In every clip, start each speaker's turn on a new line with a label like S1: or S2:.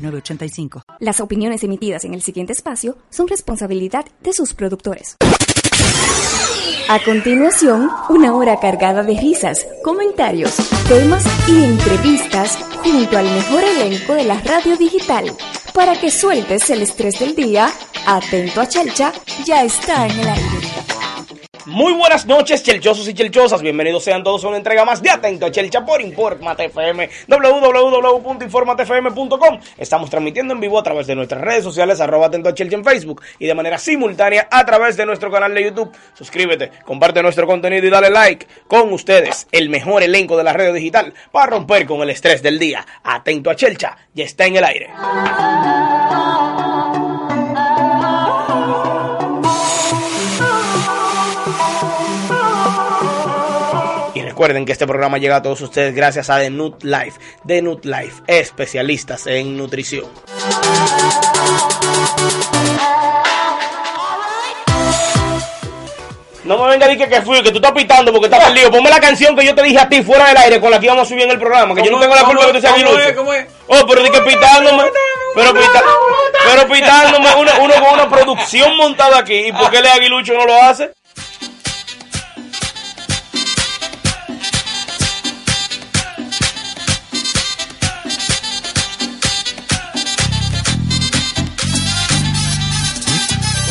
S1: 985.
S2: Las opiniones emitidas en el siguiente espacio son responsabilidad de sus productores. A continuación, una hora cargada de risas, comentarios, temas y entrevistas junto al mejor elenco de la radio digital. Para que sueltes el estrés del día, atento a Chelcha, ya está en el aire.
S3: Muy buenas noches, chelchosos y chelchosas. Bienvenidos sean todos a una entrega más de Atento a Chelcha por Informate FM. www.informatefm.com. Estamos transmitiendo en vivo a través de nuestras redes sociales, arroba Atento a Chelcha en Facebook y de manera simultánea a través de nuestro canal de YouTube. Suscríbete, comparte nuestro contenido y dale like. Con ustedes, el mejor elenco de la radio digital para romper con el estrés del día. Atento a Chelcha, ya está en el aire. Recuerden que este programa llega a todos ustedes gracias a The Nut Life. The Nut Life, especialistas en nutrición. No me venga a decir que, que fui, que tú estás pitando porque estás perdido. Ponme la canción que yo te dije a ti fuera del aire con la que íbamos a subir en el programa. Que yo no tengo la culpa que tú seas
S4: ¿Cómo es?
S3: iluso.
S4: ¿Cómo es?
S3: Oh, pero di que pitándome. Pero, pita- pero pitándome uno, uno con una producción montada aquí. ¿Y por qué el aguilucho no lo hace?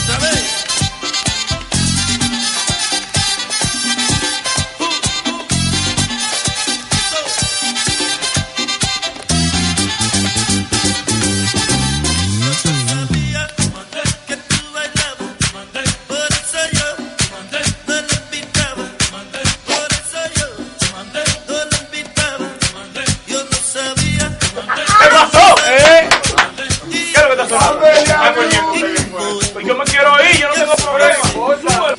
S4: Otra vez.
S3: ¿Qué pasó? ¿Eh? ¿Qué es lo que está sonando? Ah, coño. Pues yo me quiero ir, yo no tengo problema.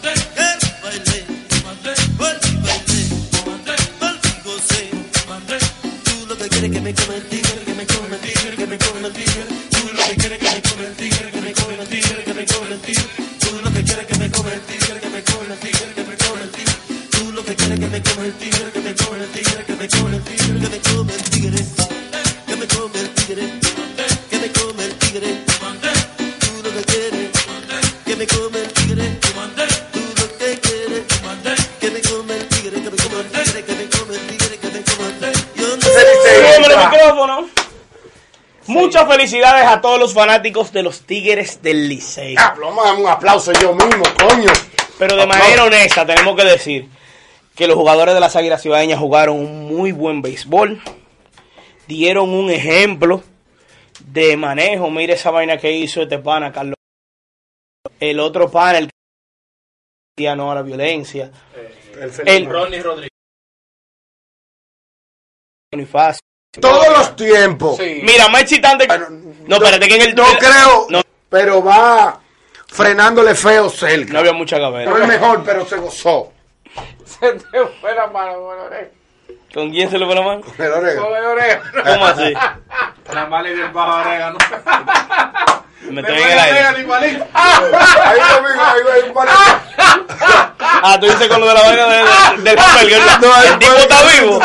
S3: Súbeme el micrófono. Muchas felicidades a todos los fanáticos de los Tigres del Licey.
S5: Diablo, vamos a darme Ah, un aplauso yo mismo, coño.
S3: Pero de manera honesta, tenemos que decir que los jugadores de las Águilas Ciudadeñas jugaron un muy buen béisbol. Dieron un ejemplo de manejo. Mire esa vaina que hizo este pana, Carlos. El otro pana, el que decía no a la violencia.
S5: El
S3: El
S5: fenómeno.
S4: Ronnie Rodríguez.
S3: Bonifacio.
S5: Todos los tiempos.
S3: Mira, más excitante. que-
S5: Pero-
S3: No, espérate, que en el.
S5: No creo,
S3: No,
S5: pero va frenándole feo cerca.
S3: no había mucha cabeza.
S5: No es mejor, pero se gozó.
S6: Se te fue la mano con la oreja.
S3: ¿Con quién se le fue la mano?
S5: Pero, oiga,
S6: Con la oreja.
S3: ¿Cómo así?
S4: La mala y bien baja orégano.
S3: Me estoy en el aire.
S4: igualito.
S5: ahí lo mismo, ahí va, ahí va, ahí va.
S3: Ah, tú dices con lo de la vaina de- de- del papel. que el-
S5: No,
S3: el tipo está vivo.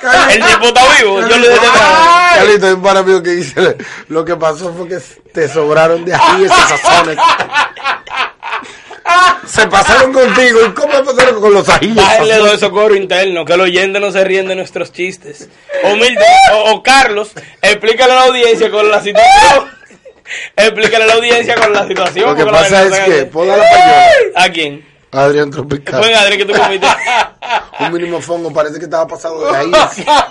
S5: Carlito,
S3: El tipo está vivo. Yo
S5: Ah.
S3: le dije nada.
S5: Carlito, hay un par amigo que dice, lo que pasó fue que te sobraron de aquí esos sazones. Se pasaron contigo. ¿Y cómo se pasaron con los ajillos?
S3: Bájenle dos de socorro interno, que el oyente no se ríen de nuestros chistes. O Milton, o, o Carlos, explícale a la audiencia con la situación. Explícale a la audiencia con la situación.
S5: Lo que
S3: porque la
S5: pasa
S3: vaina no
S5: es que, Ah.
S3: se
S5: ponga la payola.
S3: hace. ¿A quién?
S5: Adrián
S3: Fue en
S5: Tropical.
S3: Adri que tú comiste.
S5: Un mínimo fongo, parece que estaba pasado de ahí.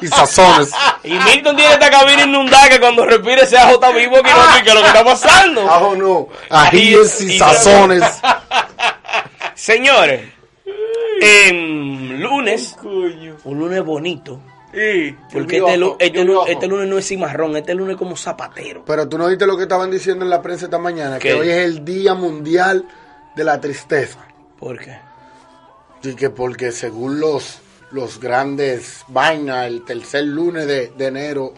S5: Y sazones.
S3: Y Milton tiene esta cabina inundada que cuando respire sea J vivo aquí no sé qué es lo que está pasando.
S5: Ajo no, ajíes y sazones.
S3: Señores, em, lunes, un lunes bonito.
S6: Y
S3: Porque
S6: un
S3: este, lu-
S6: ojo,
S3: este
S6: y un
S3: lu-
S6: ojo.
S3: este lunes no es cimarrón, este lunes es como zapatero.
S5: Pero tú no viste lo que estaban diciendo en la prensa esta mañana,
S3: ¿Qué?
S5: que hoy es el Día Mundial de la Tristeza.
S3: ¿Por qué?
S5: Y que porque según los, los grandes vainas, el tercer lunes de, de enero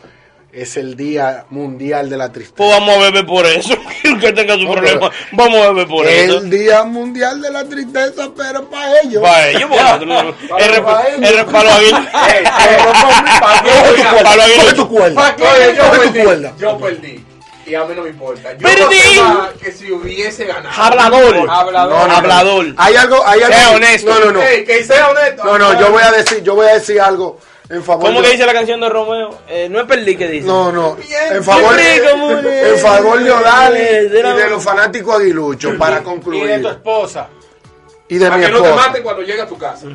S5: es el Día Mundial de la Tristeza.
S3: Pues vamos a beber por eso. que tenga su
S5: No,
S3: problema.
S5: pero-
S3: Vamos a beber por eso.
S5: el Día Mundial de la Tristeza, pero para ellos.
S3: Para ellos, porque nosotros no-
S5: para
S3: el rep-
S5: para
S3: el
S5: ellos.
S3: rep- para los aguiluchos.
S5: Pero para mí, para mí,
S3: Para los
S5: coge
S3: aguiluchos.
S5: tu cuerda.
S6: Pa' que-
S5: Coge
S6: yo
S5: tu cuerda.
S6: perdí. Yo perdí. Y a mí no me importa. Yo
S3: Perdí.
S6: pensaba que si hubiese ganado.
S3: Hablador.
S6: Hablador.
S3: No, no, Hablador.
S5: Hay algo, hay algo.
S3: Sea honesto.
S5: No, no, no.
S6: Ey, que sea honesto.
S5: No, no, yo voy a decir, yo voy a decir algo en favor
S3: ¿Cómo
S5: de-
S3: que dice la canción de Romeo? Eh, no es perdí que dice.
S5: No, no.
S6: Bien,
S5: En favor,
S3: qué rico, muy bien.
S5: en favor de Odales
S3: De
S5: y
S3: la-
S5: de los fanáticos aguiluchos, para
S4: Y de tu
S5: concluir.
S4: esposa.
S5: Y de
S6: Para
S5: mi
S6: que no te
S5: esposa.
S6: maten cuando llegue a tu casa.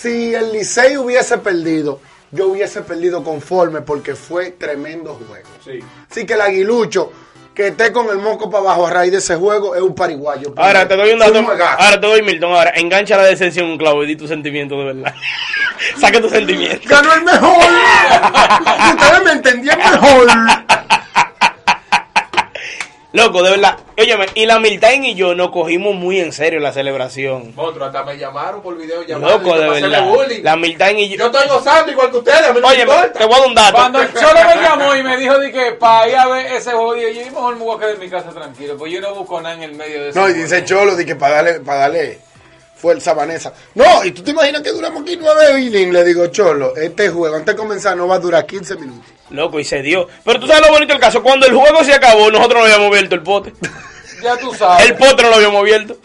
S5: Si el Licey hubiese perdido, yo hubiese perdido conforme porque fue tremendo juego.
S6: Sí.
S5: Así que el aguilucho que esté con el moco para abajo a raíz de ese juego es un pariguayo.
S3: Ahora te doy un dato.
S5: Fue juegazo.
S3: Ahora te doy Milton. Ahora engancha la decepción un clavo y di tu sentimiento de verdad. Saca tu sentimiento.
S5: ¡Ganó el mejor! Ustedes me entendían mejor.
S3: Loco, de verdad. Óyeme, y la Milton y yo nos cogimos muy en serio la celebración.
S6: Otro, hasta me llamaron por video llamado.
S3: Loco, de verdad. La Milton y
S6: Yo
S3: yo.
S6: estoy gozando igual que ustedes. A mí no
S3: Oye,
S6: me importa.
S3: te voy a dar un
S7: Cuando
S3: dato.
S7: el Cholo me llamó y me dijo de que para ir a ver ese juego, dije, yo mejor me voy a quedar en mi casa tranquilo, pues yo no busco nada en el medio de eso.
S5: No, y dice Cholo, di que para darle, para darle fuerza a Vanessa. No, y tú te imaginas que duramos aquí nueve innings. Le digo, Cholo, este juego antes de comenzar no va a durar 15 minutos.
S3: Loco, y se dio. Pero tú sabes lo bonito del caso. Cuando el juego se acabó, nosotros no habíamos abierto el pote.
S7: Ya tú sabes.
S3: El pote no lo habíamos abierto.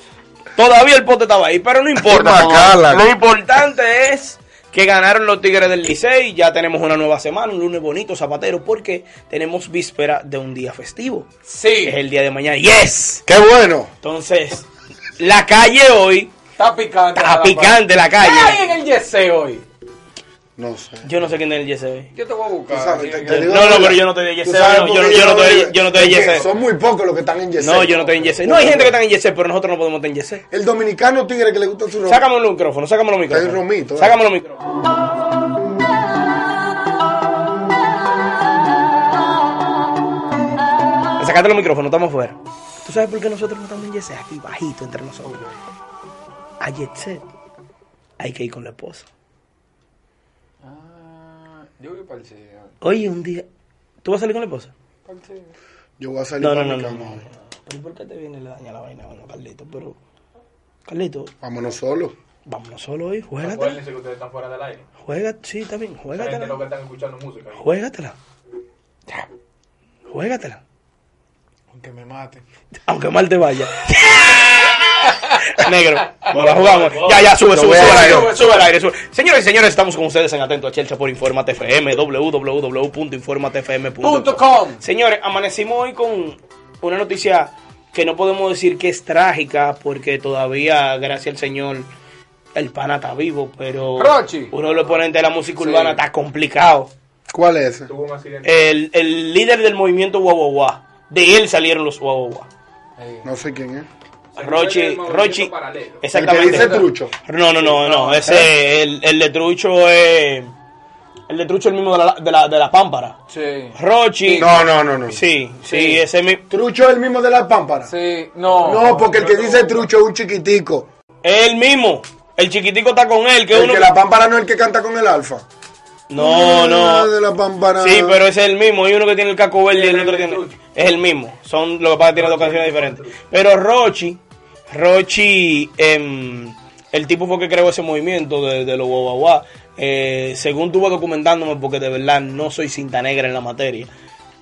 S3: Todavía el pote estaba ahí, pero no importa.
S5: Qué bacala.
S3: Lo importante es que ganaron los Tigres del Licey. y Ya tenemos una nueva semana, un lunes bonito, zapatero, porque tenemos víspera de un día festivo.
S7: Sí,
S3: Es el día de mañana. ¡Yes!
S5: ¡Qué bueno!
S3: Entonces, la calle hoy
S7: está picante.
S3: está picante, la
S7: ¿Qué hay
S3: calle.
S7: en el Yese hoy?
S5: No sé.
S3: Yo no sé quién es el Yes hoy.
S7: Yo te voy a
S5: Tú
S7: buscar.
S5: sabes, te- te digo
S3: Ah, eh, No,
S5: la
S3: no,
S5: verdad.
S3: pero yo no estoy en
S5: Tú
S3: Yesé,
S5: sabes
S3: no,
S5: por
S3: yo
S5: qué
S3: no- yo no
S5: digo-
S3: estoy- yo no estoy en
S5: porque
S3: Yesé.
S5: Son muy pocos los que están en Yesé.
S3: No, yo no estoy en Yes No hay gente que está en Yes pero nosotros no podemos estar en Yes
S5: El dominicano tigre que le gusta su ropa.
S3: Sácame los micrófonos, sácame los micrófonos.
S5: Está el romito, eh.
S3: Sácame los micrófonos. Le Sacaste los micrófonos, estamos fuera. ¿Tú sabes por qué nosotros no estamos en Jet Set? Aquí bajito entre nosotros. A Jet Set hay que ir con la esposa.
S7: Yo voy para el Yese.
S3: Oye, un día... ¿Tú vas a salir con la esposa?
S5: Yo voy a salir
S3: No, no,
S5: para
S3: no,
S5: mi
S3: no.
S5: cama.
S3: no. ¿Pero por qué te viene le daña la vaina? Bueno, Carlito, pero... Carlito,
S5: Vámonos solos.
S3: vámonos solo hoy, juégate.
S6: Acuérdense que ustedes están fuera del aire.
S3: Juégate, sí, está bien,
S6: La gente
S3: juégatela.
S6: lo que están escuchando música.
S3: Juégatela. Juégatela.
S4: Aunque me mate.
S3: Aunque mal te vaya. Negro, nos la jugamos. Ya, ya, sube, sube,
S5: voy a
S3: sube el aire,
S5: hacer.
S3: sube, sube el aire. sube. Señores y señores, estamos con ustedes en Atento a Chelcha por Informa FM,
S7: Punto
S3: www.informatfm.com.
S7: com.
S3: Señores, amanecimos hoy con una noticia que no podemos decir que es trágica, porque todavía, gracias al Señor, el pana está vivo, pero
S7: Rochi.
S3: uno de los ponentes de la música urbana está complicado.
S5: ¿Cuál es ese?
S6: Tuvo un accidente.
S3: el, el líder del movimiento Guaguaguá. De él salieron los Guaguaguá.
S5: No sé quién es.
S6: Se fue
S3: Rochi,
S6: del movimiento
S3: Rochi.
S6: paralelo.
S5: El que
S3: Exactamente.
S5: dice trucho.
S3: No, no, no,
S7: Ah,
S3: no. Ese,
S7: ¿eh?
S3: el, el de Trucho es. El de Trucho es el mismo de la, de la, de la Pámpara.
S7: Sí.
S3: Rochi.
S5: No, no, no, no.
S3: Sí, sí,
S7: Sí.
S3: ese es mi.
S5: ¿Trucho es el mismo de las pámparas?
S7: Sí, no.
S5: No, porque el que dice trucho es un chiquitico.
S3: Él mismo. El chiquitico está con él. Que
S5: El
S3: uno...
S5: que la pámpara no es el que canta con el alfa.
S3: No,
S5: Ah,
S3: no.
S5: de la pámpara.
S3: Sí, pero ese es el mismo. Hay uno que tiene el casco verde y el otro tiene.
S6: Trucho.
S3: Es el mismo. Son lo que pasa es que tiene dos canciones diferentes. Pero Rochi, Rochi, em, el tipo fue que creó ese movimiento de, de los guaguaguá. Eh, según tuve documentándome, porque de verdad no soy cinta negra en la materia.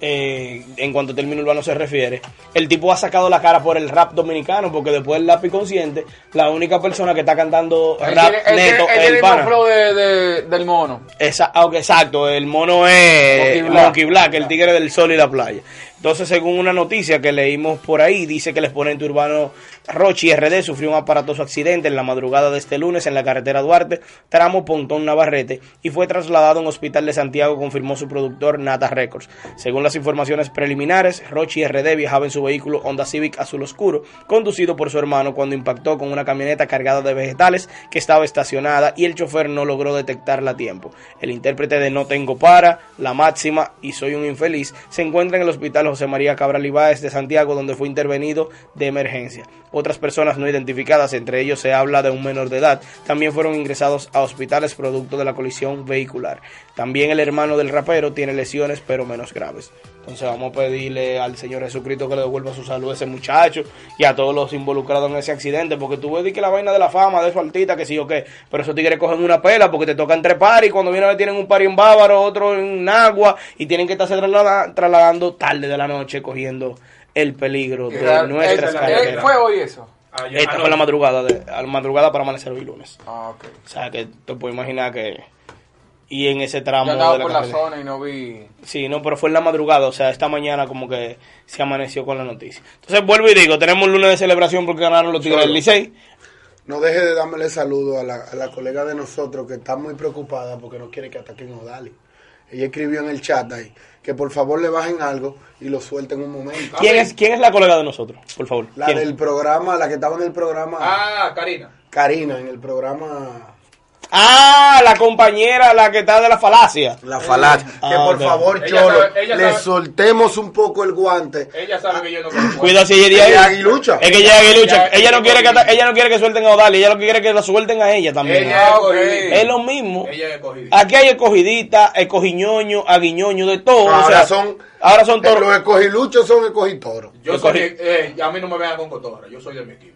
S3: eh, en cuanto a término urbano se refiere, el tipo ha sacado la cara por el rap dominicano, porque después del lápiz consciente, la única persona que está cantando
S7: Él
S3: rap
S7: tiene- él tiene-
S3: neto
S7: él
S3: es
S7: tiene
S3: el
S7: el
S3: pana.
S7: mismo flow de, de- del mono.
S3: Esa- ah, ok, exacto, el mono es
S7: Monkey Black.
S3: Monkey Black, el tigre del sol y la playa. Entonces, según una noticia que leímos por ahí, dice que el exponente urbano Rochi RD sufrió un aparatoso accidente en la madrugada de este lunes en la carretera Duarte, tramo Pontón Navarrete, y fue trasladado a un hospital de Santiago, confirmó su productor Nata Records. Según las informaciones preliminares, Rochi RD viajaba en su vehículo Honda Civic azul oscuro, conducido por su hermano, cuando impactó con una camioneta cargada de vegetales que estaba estacionada y el chofer no logró detectarla a tiempo. El intérprete de No Tengo Para, La Máxima y Soy un Infeliz se encuentra en el hospital José María Cabral Ibáez de Santiago, donde fue intervenido de emergencia. Otras personas no identificadas, entre ellos se habla de un menor de edad, también fueron ingresados a hospitales producto de la colisión vehicular. También el hermano del rapero tiene lesiones, pero menos graves. Entonces vamos a pedirle al Señor Jesucristo que le devuelva su salud a ese muchacho y a todos los involucrados en ese accidente, porque tú ves di que la vaina de la fama, de eso altita, que sí o qué, pero esos tigres cogen una pela porque te tocan tres y cuando vienen a ver tienen un par en Bávaro, otro en Nagua, y tienen que estarse traslada- trasladando tarde de la noche cogiendo el peligro de
S7: Era-
S3: nuestras
S7: eh, eh,
S3: carreteras.
S7: Fue hoy eso.
S6: Ayer-
S3: Esta fue la madrugada, de, a la madrugada para amanecer hoy lunes.
S7: Ah, ok.
S3: O sea que te puedes imaginar que... Y en ese
S7: Yo
S3: tramo...
S7: andaba
S3: de la
S7: por la
S3: carretera.
S7: zona y no vi.
S3: Sí, no, pero fue en la madrugada, o sea, esta mañana como que se amaneció con la noticia. Entonces vuelvo y digo, tenemos un lunes de celebración porque ganaron los Tigres del Licey.
S5: No deje de dándole saludo a la, a la colega de nosotros que está muy preocupada porque no quiere que ataquen a Odali. Ella escribió en el chat ahí que por favor le bajen algo y lo suelten un momento.
S3: ¿Quién es, ¿Quién es la colega de nosotros? Por favor.
S5: Ah, La
S3: ¿quién?
S5: del programa, la que estaba en el programa,
S6: Ah, Karina.
S5: Karina, en el programa
S3: Ah, la compañera, la que está de la falacia.
S5: La falacia. que
S3: Ah,
S5: por
S3: ok.
S5: favor,
S6: Ella
S5: Cholo,
S6: sabe- ella
S5: le
S6: sabe-
S5: soltemos un poco el guante.
S6: Ella sabe que yo no conozco.
S3: Cuida si ella
S5: Ella
S3: es
S5: es
S3: ahí.
S5: aguilucha.
S3: Es que ella es aguilucha.
S7: Ella-
S3: Ella no quiere que, ata- ella no quiere que suelten a Odali, ella lo que quiere es que la suelten a ella también.
S6: Ella
S7: Ah,
S6: es
S7: ok.
S6: cogidita.
S3: es lo Ah, mismo.
S6: Ella es cogidita.
S3: Aquí hay escogidita, escogiñoño, aguiñoño, de todo. o
S5: Ahora
S3: sea,
S5: son- eh,
S3: Ahora son todos.
S5: Los escogiluchos son escogitoros.
S6: Yo
S3: El
S6: soy,
S3: corri-
S6: eh, a mí no me vean con cotorra, yo soy de mi equipo.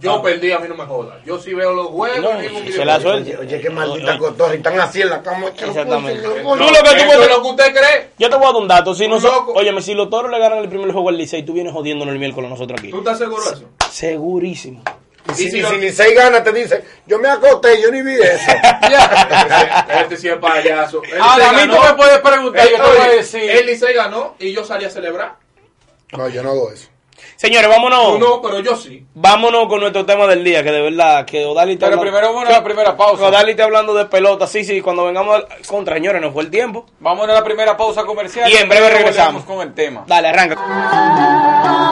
S6: Yo perdí, a mí no me jodas. Yo sí veo los juegos
S3: No,
S6: y digo un
S3: se la
S6: videojuego.
S3: suelta.
S5: Oye, oye, qué maldita cotorra. y Están así en la cama. Yo,
S3: Exactamente.
S5: coño,
S3: Tú
S5: coño.
S3: lo que tú
S6: Eso
S3: puedes-
S6: es lo que usted cree.
S3: Yo te voy a dar un dato. Si
S6: Un
S3: nosotros,
S6: loco.
S3: óyeme, si los toros le ganan el primer juego al Licey, tú vienes jodiéndonos el miércoles nosotros aquí.
S6: ¿Tú estás seguro de eso?
S3: Segurísimo.
S5: Y si,
S6: Y si
S5: y
S6: lo-
S5: si Licey gana, te dice, yo me acosté, yo ni vi eso.
S6: Este, este sí es payaso. El
S7: Ahora, a
S6: Licey
S7: mí
S6: ganó. Eh,
S7: Ah, tú me puedes preguntar, yo te voy a
S6: Oye,
S7: decir.
S6: El Licey ganó y yo salí a celebrar.
S5: no, yo no hago eso.
S3: Señores, vámonos.
S6: Tú no, pero yo sí.
S3: Vámonos con nuestro tema del día, que de verdad, que Odali está
S7: Pero primero vamos a la
S3: que-
S7: primera pausa.
S3: que Odali está hablando de pelota. Sí, sí, cuando vengamos al- contra, señores, nos fue el tiempo.
S7: Vamos a la primera pausa comercial.
S3: Y en breve
S7: luego
S3: regresamos.
S7: volvemos con el tema.
S3: Dale, arranca.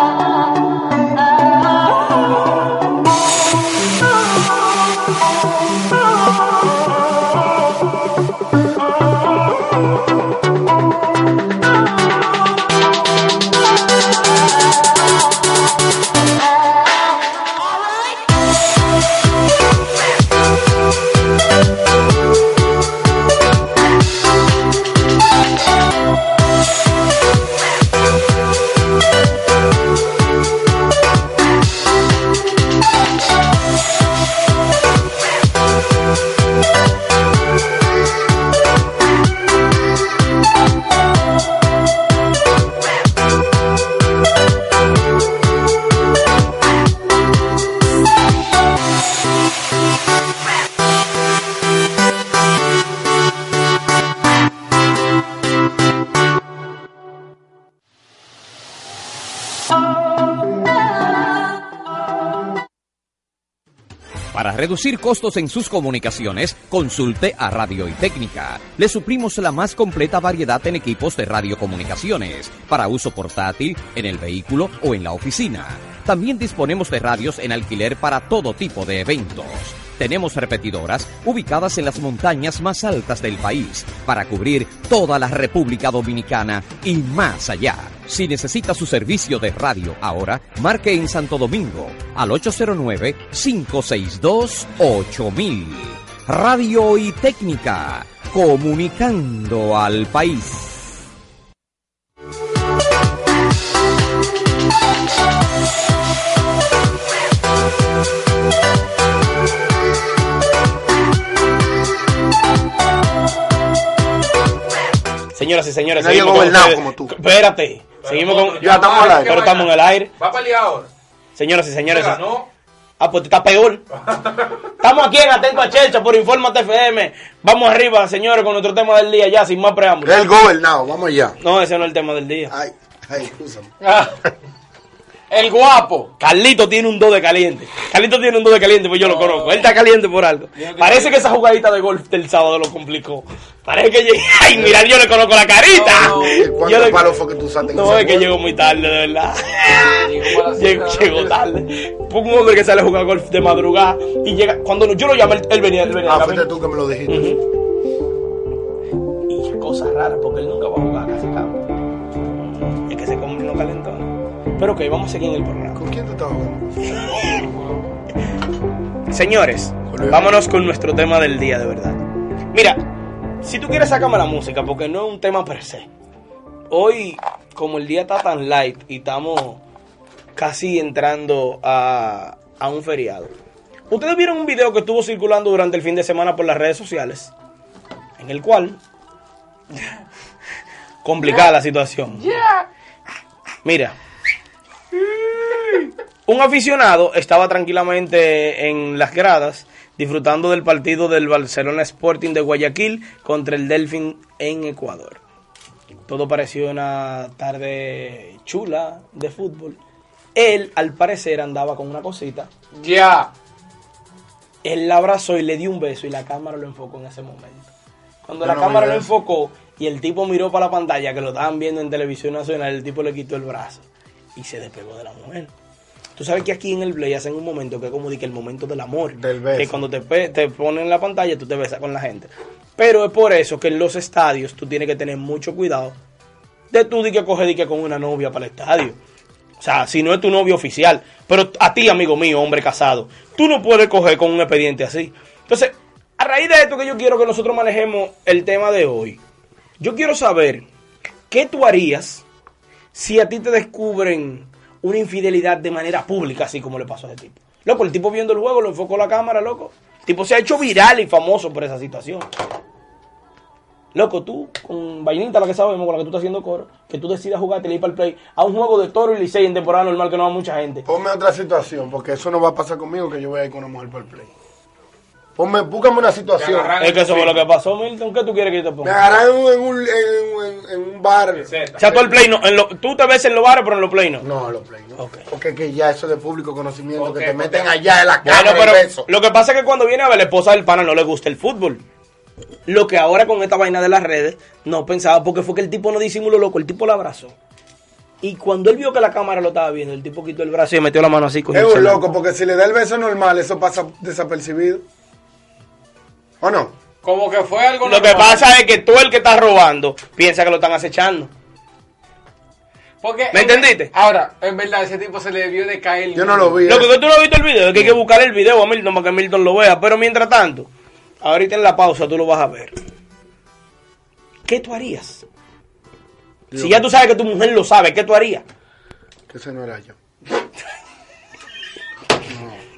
S8: Para reducir costos en sus comunicaciones, consulte a Radio y Técnica. Le suplimos la más completa variedad en equipos de radiocomunicaciones para uso portátil, en el vehículo o en la oficina. También disponemos de radios en alquiler para todo tipo de eventos. Tenemos repetidoras ubicadas en las montañas más altas del país para cubrir toda la República Dominicana y más allá. Si necesita su servicio de radio ahora, marque en Santo Domingo al 809-562-8000. Radio y Técnica, comunicando al país.
S3: Señoras y señores,
S5: No
S3: seguimos
S5: llegó
S3: con
S5: Bernardo
S3: ustedes.
S5: como tú.
S3: Espérate. seguimos con.
S5: Ya estamos al aire.
S3: Pero estamos en el aire.
S6: Va a pelear ahora.
S3: Señoras y señores.
S6: Ganó.
S3: Ah, pues está peor. Estamos aquí en Atento a Chelcha por Informa FM. Vamos arriba, señores, con nuestro tema del día ya, sin más preámbulos.
S5: El gobernado, vamos allá.
S3: No, ese no es el tema del día.
S5: Ay, Ay, escúchame.
S7: El guapo.
S3: Carlito tiene un 2 de caliente. Carlito tiene un 2 de caliente, pues yo lo conozco. Él está caliente por algo. Parece que esa jugadita de golf del sábado lo complicó. Parece que llegué. Ay, mirar, yo le conozco la carita. Yo
S5: ¿Cuántos
S3: le-
S5: palos fue que tú usaste en
S3: No,
S5: ese
S3: es que
S5: juego?
S3: llegó muy tarde, de verdad.
S7: Llegó a las
S3: Llegó,
S7: seis de la
S3: llegó tarde. Fue un hombre que sale a jugar golf de madrugada y llega. Cuando yo lo llamé, él- él venía, él venía.
S5: Ah,
S3: a
S5: fuiste tú que me lo dijiste.
S3: Y cosas raras, porque él nunca va a jugar casi campo. Es que se come no calentó. Pero ok, vamos a seguir en el programa.
S5: ¿Con quién tú estabas jugando?
S3: Señores,
S5: Volvemos.
S3: vámonos con nuestro tema del día, de verdad. Mira, si tú quieres sacarme la música, porque no es un tema per se. Hoy, como el día está tan light y estamos casi entrando a, a un feriado. Ustedes vieron un video que estuvo circulando durante el fin de semana por las redes sociales, en el cual... complicada la situación. Mira, un aficionado estaba tranquilamente en las gradas disfrutando del partido del Barcelona Sporting de Guayaquil contra el Delfín en Ecuador. Todo pareció una tarde chula de fútbol. Él, al parecer, andaba con una cosita.
S7: Ya.
S3: Él la abrazó y le dio un beso y la cámara lo enfocó en ese momento. Cuando
S5: Yo
S3: la
S5: no
S3: cámara
S5: vi
S3: lo
S5: eso.
S3: enfocó y el tipo miró para la pantalla que lo estaban viendo en televisión nacional, el tipo le quitó el brazo y se despegó de la mujer. Tú sabes que aquí en el Play hacen un momento que es como de que el momento del amor.
S5: Del beso.
S3: Que cuando te, pe- te ponen la pantalla tú te besas con la gente. Pero es por eso que en los estadios tú tienes que tener mucho cuidado de tú de que coger de que con una novia para el estadio. O sea, si no es tu novio oficial. Pero a ti, amigo mío, hombre casado, tú no puedes coger con un expediente así. Entonces, a raíz de esto que yo quiero que nosotros manejemos el tema de hoy, yo quiero saber qué tú harías si a ti te descubren una infidelidad de manera pública, así como le pasó a ese tipo. Loco, el tipo viendo el juego, lo enfocó la cámara, loco. El tipo se ha hecho viral y famoso por esa situación. Loco, tú, con vainita la que sabemos, con la que tú estás haciendo coro, que tú decidas jugarte el para Play a un juego de toro y licey en temporada normal que no va mucha gente.
S5: Ponme otra situación, porque eso no va a pasar conmigo que yo voy a ir con una mujer por el play. Ponme, búscame una
S7: Te
S5: situación.
S7: agarran.
S3: Es que eso fue lo que pasó, Milton. ¿Qué tú quieres que yo te
S5: Me
S3: ponga?
S5: agarraron en un, en, un- en- en un bar.
S3: O sea, tú el Play no. en lo- tú te ves en los bares, pero en los Play no.
S5: No, los play, ¿no?
S3: Ok.
S5: Porque que ya eso es de público conocimiento,
S7: Ok,
S5: que te
S7: ok.
S5: meten allá en la
S3: Bueno,
S5: cámara
S3: pero
S5: el beso.
S3: lo que pasa es que cuando viene a ver la esposa del pana no le gusta el fútbol. Lo que ahora con esta vaina de las redes no pensaba, porque fue que el tipo no disimuló loco, el tipo la abrazó. Y cuando él vio que la cámara lo estaba viendo, el tipo quitó el brazo y metió la mano así con
S5: Es
S3: el
S5: un
S3: celular.
S5: loco, pues. porque si le da el beso normal, eso pasa desapercibido. ¿O no?
S7: Como que fue algo
S3: Lo que
S7: normal.
S3: pasa es que tú el que está robando piensa que lo están acechando.
S7: Porque-
S3: ¿Me entendiste?
S7: Ahora, en verdad, ese tipo se le debió de caer.
S5: Yo no lo vi. ¿eh?
S3: Lo que
S5: eso.
S3: que tú no has visto el video es que hay que buscar el video a Milton para que Milton lo vea. Pero mientras tanto, ahorita en la pausa tú lo vas a ver. ¿Qué tú harías? Si ya tú sabes que tu mujer lo sabe, ¿qué tú harías?
S5: Que ese no era yo.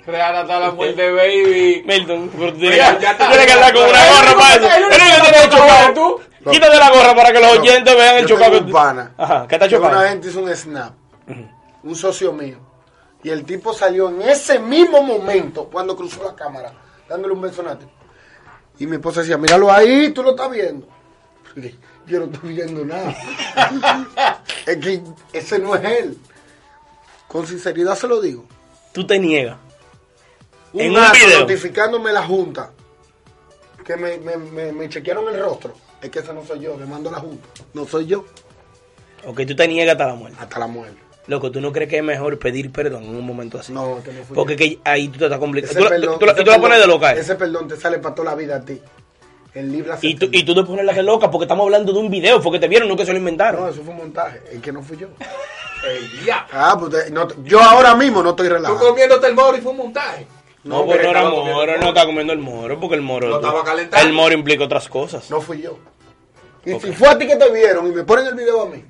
S7: Real hasta
S5: Eh,
S7: la muerte, baby.
S3: Milton, pero tú tienes,
S7: Mira,
S3: que-
S7: ya
S3: tú
S7: está.
S3: tienes que andar con una
S7: El
S3: gorra
S7: único
S3: para
S7: que-
S3: eso.
S7: el
S3: El
S7: único
S3: único que
S7: que
S3: te ha
S7: está
S3: chocado
S7: chocado
S3: tú.
S7: eres
S5: tú.
S3: Quítate la gorra para que los
S5: No,
S3: oyentes vean el
S5: yo tengo
S3: chocado.
S5: un pana.
S3: Ajá, ¿qué está
S5: Que Una
S3: chocado?
S5: gente hizo un snap. Un socio mío. Y el tipo salió en ese mismo momento cuando cruzó la cámara, dándole un beso a Nati. Y mi esposa decía, míralo ahí, tú lo estás viendo. Y dije, Yo no estoy viendo nada. es que ese no es él. Con sinceridad se lo digo.
S3: Tú te niegas.
S5: Un
S3: En un
S5: acto
S3: video.
S5: notificándome la junta que me, me, me, me chequearon el rostro. Es que ese no soy yo, le mando a la junta. No soy yo.
S3: Ok, tú te niegas hasta la muerte.
S5: Hasta la muerte.
S3: Loco, ¿tú no crees que es mejor pedir perdón en un momento así?
S5: No, que no fui
S3: Porque
S5: yo.
S3: que ahí tú te estás complicando.
S5: Ese
S3: Tú, la-
S5: perdón-
S3: tú la-
S5: ese
S3: tú la pones de
S5: perdón-
S3: loca. eh.
S5: Ese perdón te sale para toda la vida a ti. En libras.
S3: Y tú, y tú te pones la de loca porque estamos hablando de un video, porque te vieron, no que se lo
S5: No,
S3: inventaron.
S5: eso fue un montaje. Es que no fui yo.
S6: El diablo.
S5: Ah, pues te- no te- yo ahora mismo no estoy
S6: Tú
S5: relajado.
S6: comiéndote el moro y fue un montaje.
S3: No, porque no era moro, él no está comiendo el moro, porque el moro.
S6: Lo estaba calentando.
S3: El moro implica otras cosas.
S5: No fui yo. Y si fue a ti que te vieron y me ponen el video a mí,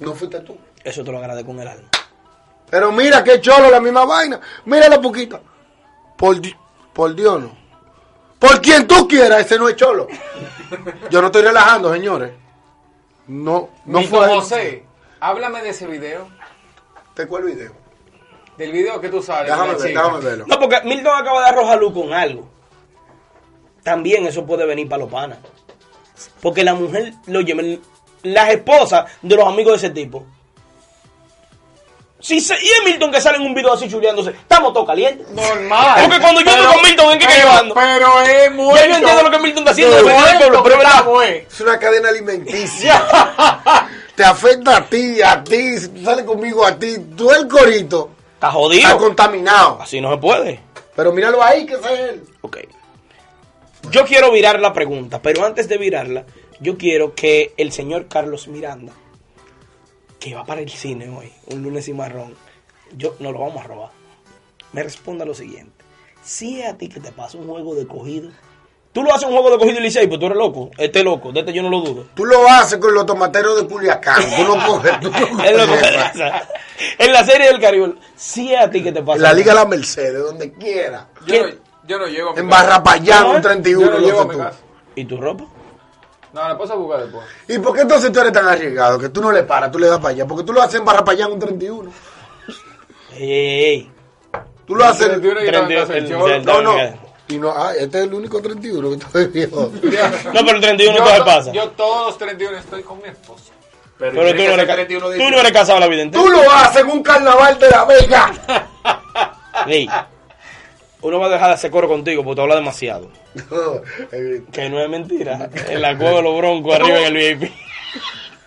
S5: no fuiste tú.
S3: Eso te lo agradezco con el alma.
S5: Pero mira qué cholo, la misma vaina. Mira la poquita. Por, di- por Dios, no. Por quien tú quieras, ese no es cholo. Yo no estoy relajando, señores. No, no
S7: Milton
S5: fue.
S7: José, háblame de ese video.
S5: Te cuál video.
S7: Del video que tú sabes.
S5: Déjame
S7: de la
S5: ver,
S7: chica.
S5: déjame verlo.
S3: No, porque Milton acaba de arrojar luz con algo. También eso puede venir para los panas. Porque la mujer, lo oye, las esposas de los amigos de ese tipo Si se- y es Milton que sale en un video así chuleándose, estamos todos calientes.
S7: Normal.
S3: Porque cuando yo estoy con Milton, ¿en qué
S7: pero,
S3: estoy llevando?
S7: Pero es muy.
S3: Ya yo entiendo lo que Milton está haciendo, de verdad, pero- pero es verdad.
S5: Es una cadena alimenticia. Te afecta a ti, a ti, si tú sales conmigo, a ti. Tú el corito
S3: Está
S5: está
S3: jodido.
S5: contaminado.
S3: Así no se puede.
S5: Pero míralo ahí, que ese es él.
S3: Ok. Yo quiero virar la pregunta, pero antes de virarla, yo quiero que el señor Carlos Miranda, que va para el cine hoy, un lunes y marrón, yo no lo vamos a robar. Me responda lo siguiente. Si es a ti que te pasa un juego de cogido, tú lo haces un juego de cogido y le dices, "Ay, pues tú eres loco, este es loco, de este yo no lo dudo.
S5: Tú lo haces con los tomateros de Culiacán. Tú no coges. tú no
S3: Es lo que
S5: coges.
S3: te pasa. En la serie del Caribe, si es a ti que te pasa.
S5: En la Liga de la Mercedes, donde quiera.
S7: Yo, no- yo no llego a mi
S5: En
S7: casa.
S5: Barrapayán, un
S7: Yo
S5: 31,
S7: no
S5: no
S7: llego a
S5: sé
S7: mi
S5: tú.
S7: casa.
S3: ¿Y tu ropa?
S7: No, la paso a buscar después.
S5: ¿Y por qué entonces tú eres tan arriesgado? Que tú no le paras, tú le das para allá. Porque tú lo haces en Barrapayán, un 31.
S3: Ey, ey, ey.
S5: Tú lo haces...
S7: 31 y estaba en casa del
S3: 31,
S7: cholo.
S3: el-
S5: No, no. Y no, ah, este es el único 31 que estoy viendo.
S3: No, pero el 31
S7: Yo
S3: todo se
S7: to-
S3: pasa.
S7: Yo todos los 31 estoy con mi esposa.
S3: Pero tú no, eres ca- tú no eres casado la vida entera.
S5: Tú lo haces en un carnaval de la Vega.
S3: Ey, uno va a dejar de hacer coro contigo porque tú hablas demasiado.
S5: eh,
S3: Que no es mentira. En la cueva de los broncos, arriba en el VIP.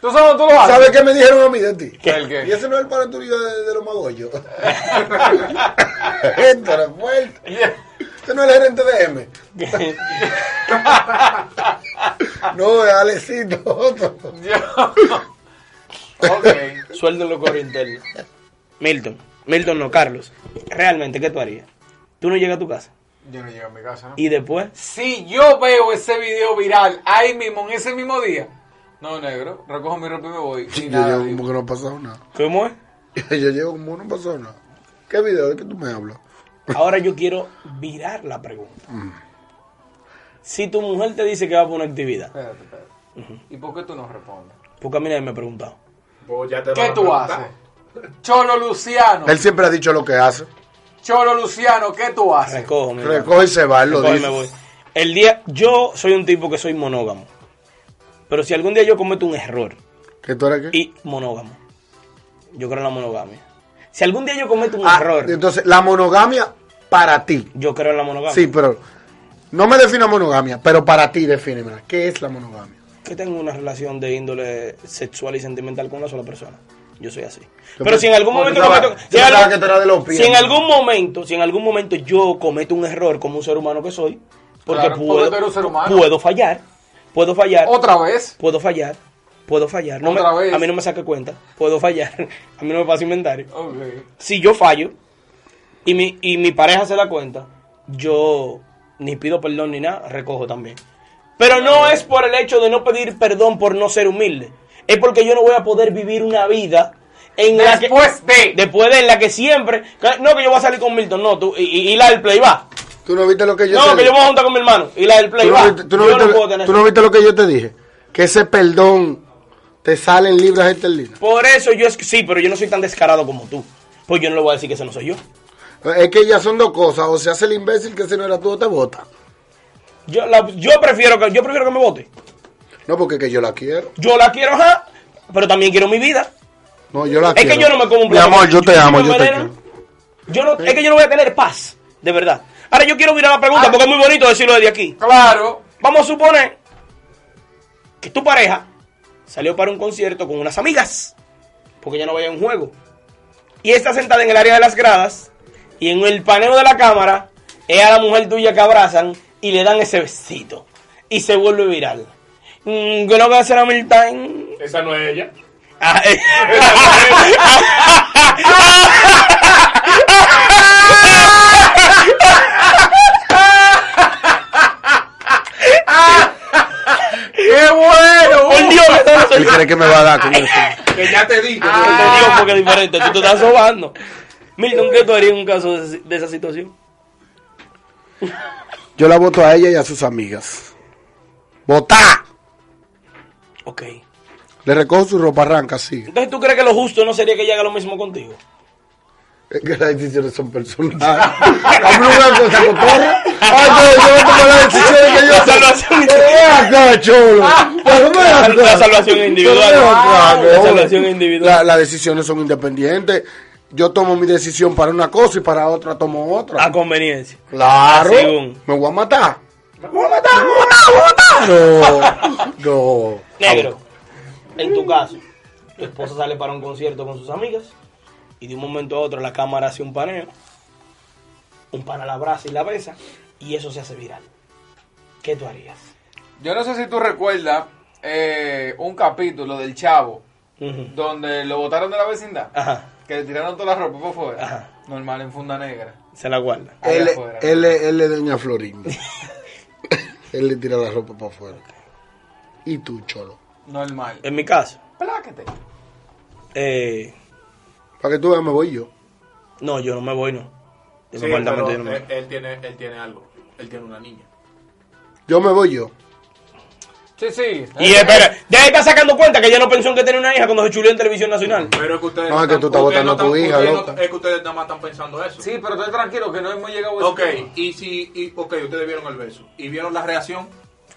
S7: ¿Tú sabes dónde tú lo haces?
S5: ¿Sabes qué me dijeron a mí de ti?
S7: ¿Qué? ¿El qué?
S5: Y ese no es el para tuyo de, de los magollos. Esto no es fuerte. Este no es el gerente de M. No, es Alecito. otro.
S7: ok.
S3: Suéltalo coro interno. Milton, Milton no, Carlos. Realmente, ¿qué tú harías? Tú no llegas a tu casa.
S7: Yo no llego a mi casa, ¿no?
S3: Y después,
S7: Si yo veo ese video viral ahí mismo, en ese mismo día, no, negro, recojo mi ropa y me voy. Ni
S5: Yo
S7: nada,
S5: llego
S7: digo.
S5: como que no ha pasado nada.
S3: ¿cómo es?
S5: Yo llego como no ha pasado nada. ¿Qué video? ¿De qué tú me hablas?
S3: Ahora yo quiero virar la pregunta.
S7: Mm.
S3: Si tu mujer te dice que va por una actividad,
S7: Espérate, espérate. ¿Y por qué tú no respondes?
S3: porque a mí nadie me ha preguntado.
S7: ¿Qué tú haces? Cholo Luciano,
S5: Él siempre ha dicho lo que hace.
S7: Cholo Luciano, ¿qué tú haces?
S3: Recojo, mi hermano.
S5: Recoge y se va, él lo
S3: Recojo y
S5: dice.
S3: me voy. El día, yo soy un tipo que soy monógamo. Pero si algún día yo cometo un error
S5: ¿Que tú eres qué?
S3: y monógamo, yo creo en la monogamia. Si algún día yo cometo un
S5: Ah,
S3: error,
S5: Entonces, la monogamia para ti.
S3: yo creo en la monogamia.
S5: Sí, pero no me defina monogamia, pero para ti defínemela. ¿Qué es la monogamia?
S3: Que tengo una relación de índole sexual y sentimental con una sola persona. Yo soy así.
S5: Yo
S3: Pero si en algún momento
S5: pensaba- yo
S3: cometo, si, en
S5: pensaba
S3: algún-
S5: que tú eras de los
S3: si en
S5: pías, ¿no?
S3: algún momento, si en algún momento yo cometo un error como un ser humano que soy, porque
S7: Claro, porque
S3: puedo,
S7: tú eres un ser humano.
S3: puedo fallar, puedo fallar.
S7: ¿Otra vez?
S3: puedo fallar, puedo fallar. No me-
S7: Otra vez.
S3: A mí no me saque cuenta, puedo fallar, a mí no me pasa inventario.
S7: Ok.
S3: Si yo fallo y mi, y mi pareja se da cuenta, yo ni pido perdón ni nada, recojo también. Pero no es por el hecho de no pedir perdón por no ser humilde, es porque yo no voy a poder vivir una vida en
S7: Después
S3: la que...
S7: de-
S3: Después de en la que siempre... que- No que yo voy a salir con Milton, no, tú... Y, y- y la del play va.
S5: ¿Tú no viste lo que yo
S3: No,
S5: te
S3: que yo
S5: dije?
S3: voy a juntar con mi hermano. Y la del play
S5: ¿Tú no
S3: va.
S5: viste- tú no
S3: Yo
S5: viste
S3: no
S5: lo-
S3: puedo tener-
S5: tú no viste lo que yo te dije? Que ese perdón te sale en libras esterlinas.
S3: Por eso yo es sí, pero yo no soy tan descarado como tú. Pues yo no le voy a decir que ese no soy yo.
S5: Es que ya son dos cosas. O se hace el imbécil que si no era tú o te vota.
S3: Yo, la- yo prefiero que yo prefiero que me vote.
S5: No, porque que yo la quiero.
S3: Yo la quiero, ajá, pero también quiero mi vida.
S5: No, yo la
S3: Es
S5: quiero.
S3: que yo no me como un
S5: Mi
S3: plato.
S5: amor, yo te
S3: si
S5: amo,
S3: me
S5: yo te
S3: enveneno,
S5: quiero.
S3: yo no, es que yo no voy a tener paz, de verdad. Ahora yo quiero mirar la pregunta porque es muy bonito decirlo desde aquí.
S7: Claro.
S3: Vamos a suponer que tu pareja salió para un concierto con unas amigas, porque ya no vaya a un juego, y está sentada en el área de las gradas, y en el paneo de la cámara es a la mujer tuya que abrazan y le dan ese besito, y se vuelve viral. Mm, ¿Qué es lo que va a hacer a Milton?
S6: Esa no es ella.
S3: Ah, eh.
S7: ¡Qué bueno!
S3: ¡Por Dios! me estás
S5: Él cree que me va a dar con eso.
S6: Que ya te dije.
S3: Te digo porque es diferente, tú te estás sobando. Milton, ¿qué tú harías en un caso de esa- de esa situación?
S5: Yo la voto a ella y a sus amigas. ¡Votá!
S3: Ok.
S5: Le recojo su ropa arranca, sí.
S3: Entonces, ¿tú crees que lo justo no sería que ella haga lo mismo contigo?
S5: Es que las decisiones son personales. A mí una cosa cotorra. Ay, yo, yo voy a tomar las decisiones que yo
S3: La salvación
S5: Pero ven acá, chulo. Pero ven acá.
S3: La salvación individual.
S5: Pero ven acá,
S3: Ah, la
S5: no.
S3: salvación individual.
S5: La- las decisiones son independientes. yo tomo mi decisión para una cosa y para otra tomo otra.
S3: A conveniencia.
S5: claro.
S3: según.
S5: Me voy a matar.
S3: Me voy a matar.
S5: No, no.
S3: Negro, en tu caso, tu esposa sale para un concierto con sus amigas y de un momento a otro la cámara hace un paneo, un pana la abraza y la besa y eso se hace viral. ¿Qué tú harías?
S7: Yo no sé si tú recuerdas eh, un capítulo del Chavo
S3: Ujú.
S7: donde lo botaron de la vecindad.
S3: Ajá,
S7: Que le tiraron toda la ropa por fuera.
S3: Ajá.
S7: Normal, en funda negra.
S3: se la guarda.
S7: Allá
S5: Él,
S7: afuera.
S5: él, él es doña Florinda. él le tira la ropa para afuera. Y tú, cholo.
S7: Normal.
S6: Eh.
S3: En mi caso,
S7: Pláquete.
S3: eh,
S5: Para que tú veas, me voy yo.
S3: no, yo no me voy, no. De
S6: Sí,
S3: mi apartamento
S6: pero eh,
S3: yo no me
S6: él,
S3: voy.
S6: él tiene, él tiene algo. Él tiene una niña.
S5: Yo me voy yo.
S7: Sí, sí.
S3: Y
S6: eh,
S3: espera, ya ahí está sacando cuenta que ella no pensó en que tenía una hija cuando se chuleó en televisión nacional.
S6: Pero es que ustedes.
S5: No, es que
S6: están-
S5: tú estás
S6: ustedes
S5: botando a tu
S6: están-
S5: hija,
S6: ustedes
S5: loca.
S6: no- Es que ustedes nada más están pensando eso.
S7: Sí, pero estoy tranquilo que no hemos llegado a ese
S6: Ok,
S7: tema.
S6: y si. Y, ok, ustedes vieron el beso. ¿Y vieron la reacción?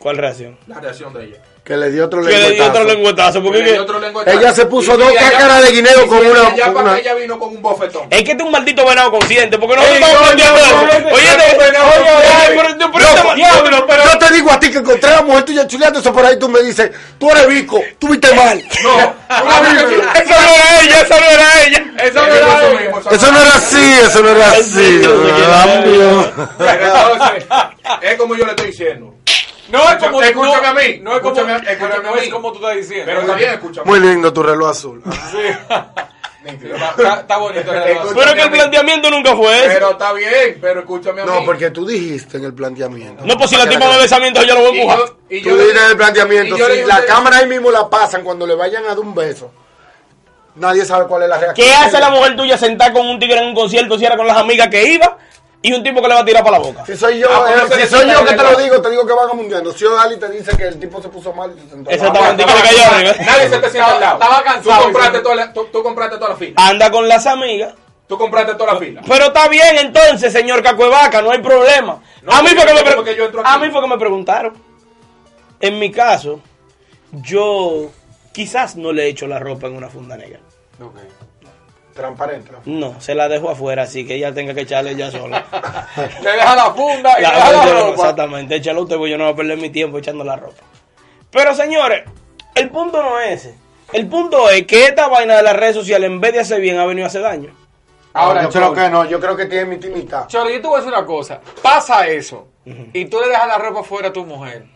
S3: ¿Cuál reacción?
S6: La reacción de ella.
S5: Que le dio otro
S3: Que le di otro
S5: lengüetazo.
S3: lengüetazo, porque
S6: Y le
S3: es
S6: dio
S3: que-
S6: otro lenguetazo.
S5: Ella se
S6: Y-
S5: puso
S6: y
S5: dos
S6: ella-
S5: cácaras de guineo
S6: y
S5: con
S6: ella-
S5: una.
S6: Ya
S5: con
S6: para
S5: una-
S6: que ella vino con un bofetón.
S3: Es que este es un maldito venado consciente, porque no
S7: Ey,
S3: estamos
S7: coño,
S3: metiendo-
S7: coño,
S3: Oye,
S7: coño,
S3: te-
S7: coño,
S3: oye,
S7: coño,
S3: ay,
S7: ey.
S3: pero- pero
S5: No,
S3: este diablo, pero-
S5: Yo te digo a ti que encontré a la mujer tuya chuleándose por ahí, tú me dices, tú eres bico, tú
S3: Eh,
S5: viste mal.
S6: No,
S3: Ah,
S6: una vez-
S3: Esa no era ella, esa no era ella.
S7: Eso
S6: Eso
S7: era
S6: mismo,
S7: ella.
S6: eso
S5: Eso no era así, eso no era así. cambio.
S6: Pero entonces, es como yo le estoy diciendo.
S7: No es
S6: Escucha-
S7: como
S6: escúchame
S7: no-
S6: a mí,
S7: No es como,
S6: escúchame- escúchame
S7: no
S6: a mí.
S7: es como tú estás diciendo.
S6: Pero también escucha.
S5: Muy lindo tu reloj azul.
S7: Está, está- está bonito. la
S6: Escucha-
S7: relación.
S3: Pero que el planteamiento nunca fue ese.
S6: Pero está bien, pero escúchame a mí.
S5: No, porque tú dijiste en el planteamiento.
S3: No, pues si la tipa me besa mientras yo lo voy a
S6: Y
S3: empujar.
S6: yo- y yo
S5: Tú
S6: le-
S5: dijiste en el
S6: y
S5: planteamiento,
S6: yo le
S5: si
S6: dije a
S5: la
S6: ustedes-
S5: cámara ahí mismo la pasan cuando le vayan a dar un beso. Nadie sabe cuál es la reacción.
S3: ¿Qué hace la mujer tuya sentar con un tigre en un concierto si era con las amigas que iba y un tipo que le va a tirar para la boca?
S5: Si soy yo,
S6: Ah, pues
S5: eh,
S6: no se
S5: si
S6: le
S5: soy
S6: quita
S5: yo
S6: el
S5: que te lo
S6: reloj.
S5: digo, te digo que van a mundiando. Si yo, Ali te dice que el tipo se puso mal y te sentó. mal.
S3: Exactamente, que le cayó arriba.
S6: Nadie se te sienta al lado.
S7: Estaba cansado,
S6: Tú compraste,
S7: dice.
S6: toda la, tú, tú compraste toda la fila.
S3: Anda con las amigas.
S6: Tú compraste toda la fila.
S3: Pero está bien entonces, señor Cacuevaca, no hay problema.
S6: No,
S3: a, mí fue que me
S6: porque
S3: pre-
S6: yo entro aquí.
S3: a mí fue que me preguntaron. En mi caso, yo quizás no le he hecho la ropa en una funda negra.
S5: Transparente. transparente.
S3: No, se la dejo afuera, así que ella tenga que echarle ella sola.
S7: Te deja la funda y
S3: La-
S7: te deja
S3: yo
S7: la
S3: no-
S7: ropa.
S3: Exactamente, échalo usted, porque yo no voy a perder mi tiempo echando la ropa. Pero señores, el punto no es ese. El punto es que esta vaina de las redes sociales, en vez de hacer bien, ha venido a hacer daño.
S7: Ahora,
S5: yo creo
S7: Cholo.
S5: que no, yo creo que tiene mi timidad.
S7: Cholo, yo te voy a decir una cosa. Pasa eso y tú le dejas la ropa fuera a tu mujer.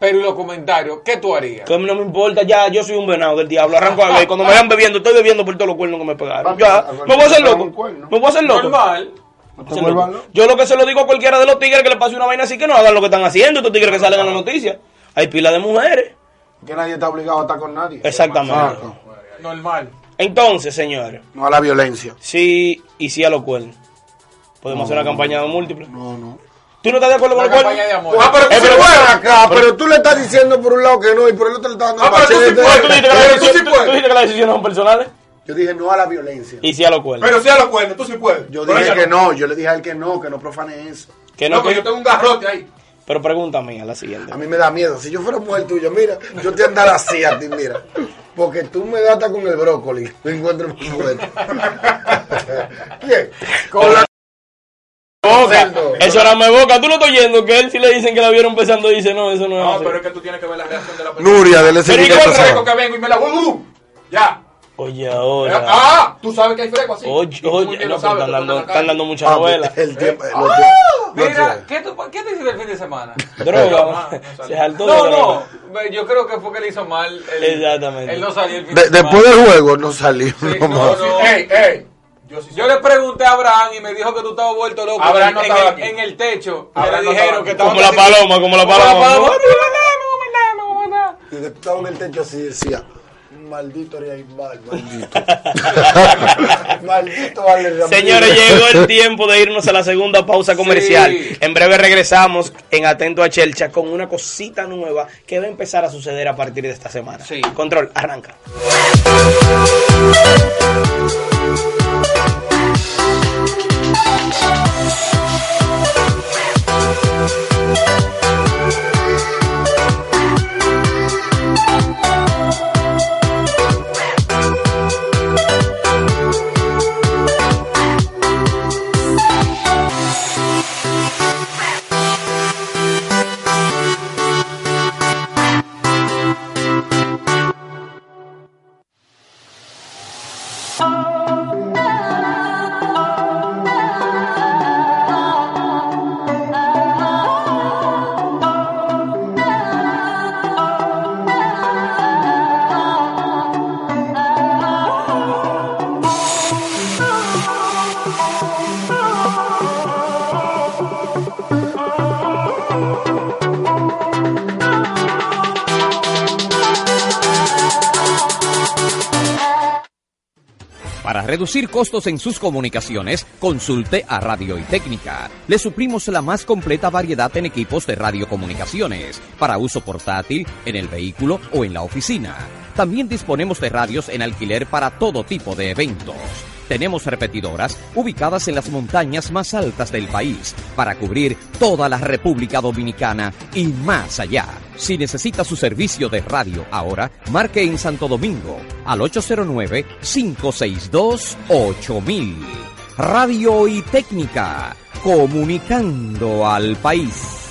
S7: Pero ¿y los comentarios, ¿qué tú harías?
S3: Que a mí no me importa, ya yo soy un venado del diablo. Arranco a beber. Cuando me vean bebiendo, estoy bebiendo por todos los cuernos que me pegaron.
S5: Papi,
S6: ah,
S3: Ya,
S5: a ver,
S3: me voy a hacer
S5: te
S3: loco.
S5: pegan un cuerno.
S3: Me voy a hacer loco.
S7: Normal.
S5: No
S3: Hacer loco. Yo lo que se lo digo a cualquiera de los tigres que le pase una vaina así que no hagan lo que están haciendo. Estos tigres que salen en las noticias. Hay pila de mujeres.
S5: Que nadie está obligado a estar con nadie.
S3: Exactamente.
S5: Exacto.
S7: Normal.
S3: Entonces, señores,
S5: No a la violencia.
S3: sí y sí a los cuernos. Podemos hacer una campaña de múltiples.
S5: No, no.
S3: ¿Tú no estás de acuerdo con
S7: Una
S3: los
S7: campaña de
S3: cuernos?
S7: amor.
S5: Ah, pero tú
S3: Eh,
S5: sí
S3: pero-
S5: puedes acá, pero tú le estás diciendo por un lado que no y por el otro le estás dando
S6: Ah, pero tú sí
S5: machete. eh,
S6: puedes,
S3: Tú dijiste que la
S6: Pero tú
S3: decisión-
S6: sí puedes.
S3: tú dijiste que las decisiones son personales.
S5: Yo dije no a la violencia.
S3: Y sí a los cuernos.
S6: Pero si a los cuernos, tú sí puedes.
S5: Yo
S6: Pero
S5: dije
S6: ella
S5: que no, yo le dije a él que no, que no profane eso.
S3: Que
S6: No,
S3: no,
S6: que
S3: que-
S6: yo tengo un garrote ahí.
S3: Pero pregúntame a la siguiente.
S5: A mí me da miedo. Si yo fuera mujer tuya, mira, yo te andara así a ti, mira. Porque tú me datas con el brócoli. Me encuentro muy bueno. Bien. Con la...
S3: boca.
S5: Cerdo.
S3: Eso era me boca. Tú no estás oyendo que él si le dicen que la vieron empezando dice no, eso no es
S6: No,
S3: así.
S6: pero es que tú tienes que ver la reacción de la persona.
S5: Nuria, del ese
S3: Pero ¿y
S5: video
S3: qué
S5: pasado.
S6: Fresco que vengo y me la voy. ¡uh! ya.
S3: Oye, ahora.
S6: Ah, tú sabes que hay fresco así.
S3: Oye,
S6: Y tú muy
S3: oye,
S6: bien
S3: no, pero
S6: lo sabes,
S3: están
S6: te ponen
S3: dando,
S6: la
S3: están
S6: calle.
S3: dando mucha
S5: Ah,
S3: novela.
S5: El tiempo... lo que- lo
S7: Mira,
S5: que-
S7: ¿qué, tú, ¿qué te hiciste el fin de semana?
S3: Droga,
S6: No, no,
S3: se saltó
S7: No,
S3: de la
S7: no.
S3: droga.
S7: ve, Yo creo que fue que le hizo mal. el-
S3: Exactamente.
S7: Él no salió el fin de,
S5: De-
S7: semana.
S5: después del juego no salió.
S7: Sí,
S5: no
S7: no,
S5: más.
S7: no.
S6: Ey, ey. Yo sí
S7: Yo
S6: sé.
S7: le pregunté a Abraham y me dijo que tú estabas vuelto loco.
S6: Abraham no
S7: en,
S6: estaba
S7: el,
S6: aquí.
S7: en el techo.
S6: Abraham
S7: le
S6: no
S7: dijeron
S6: estaba aquí.
S7: que estaba
S3: Como la paloma, como la paloma.
S5: Y después estaba en el techo así decía, maldito Real maldito. maldito vale Ramírez.
S3: Señores, llegó el tiempo de irnos a la segunda pausa comercial.
S7: Sí.
S3: En breve regresamos en Atento a Chelcha con una cosita nueva que va a empezar a suceder a partir de esta semana.
S7: Sí.
S3: Control, arranca.
S8: Para reducir costos en sus comunicaciones, consulte a Radio y Técnica. Le suplimos la más completa variedad en equipos de radiocomunicaciones para uso portátil, en el vehículo o en la oficina. También disponemos de radios en alquiler para todo tipo de eventos. Tenemos repetidoras ubicadas en las montañas más altas del país para cubrir toda la República Dominicana y más allá. Si necesita su servicio de radio ahora, marque en Santo Domingo al 809-562-8000. Radio y Técnica, comunicando al país.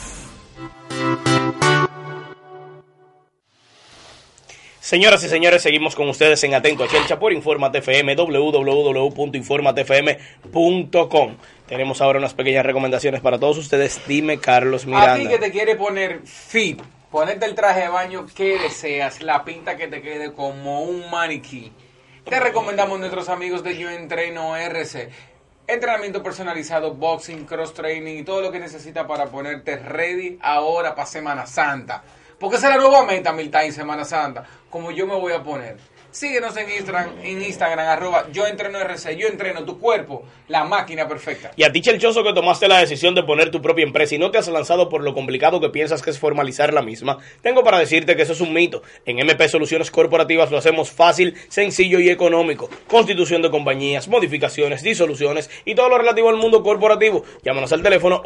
S3: Señoras y señores, seguimos con ustedes en Atento a Chelcha por Informate FM, www.informatefm.com. Tenemos ahora unas pequeñas recomendaciones para todos ustedes. Dime, Carlos
S7: A ti que
S3: Miranda.
S7: te quiere poner fit, ponerte el traje de baño que deseas, la pinta que te quede como un maniquí. Te recomendamos nuestros amigos de Yo Entreno RC. Entrenamiento personalizado, boxing, cross training y todo lo que necesitas para ponerte ready ahora para Semana Santa. Porque esa es la nueva meta, Milta, en Semana Santa. Como yo me voy a poner. Síguenos en Instagram, en Instagram, arroba yo entreno RC, yo entreno tu cuerpo, la máquina perfecta.
S3: Y a ti, Chelchoso, que tomaste la decisión de poner tu propia empresa y no te has lanzado por lo complicado que piensas que es formalizar la misma, tengo para decirte que eso es un mito. En MP Soluciones Corporativas lo hacemos fácil, sencillo y económico. Constitución de compañías, modificaciones, disoluciones y todo lo relativo al mundo corporativo. Llámanos al teléfono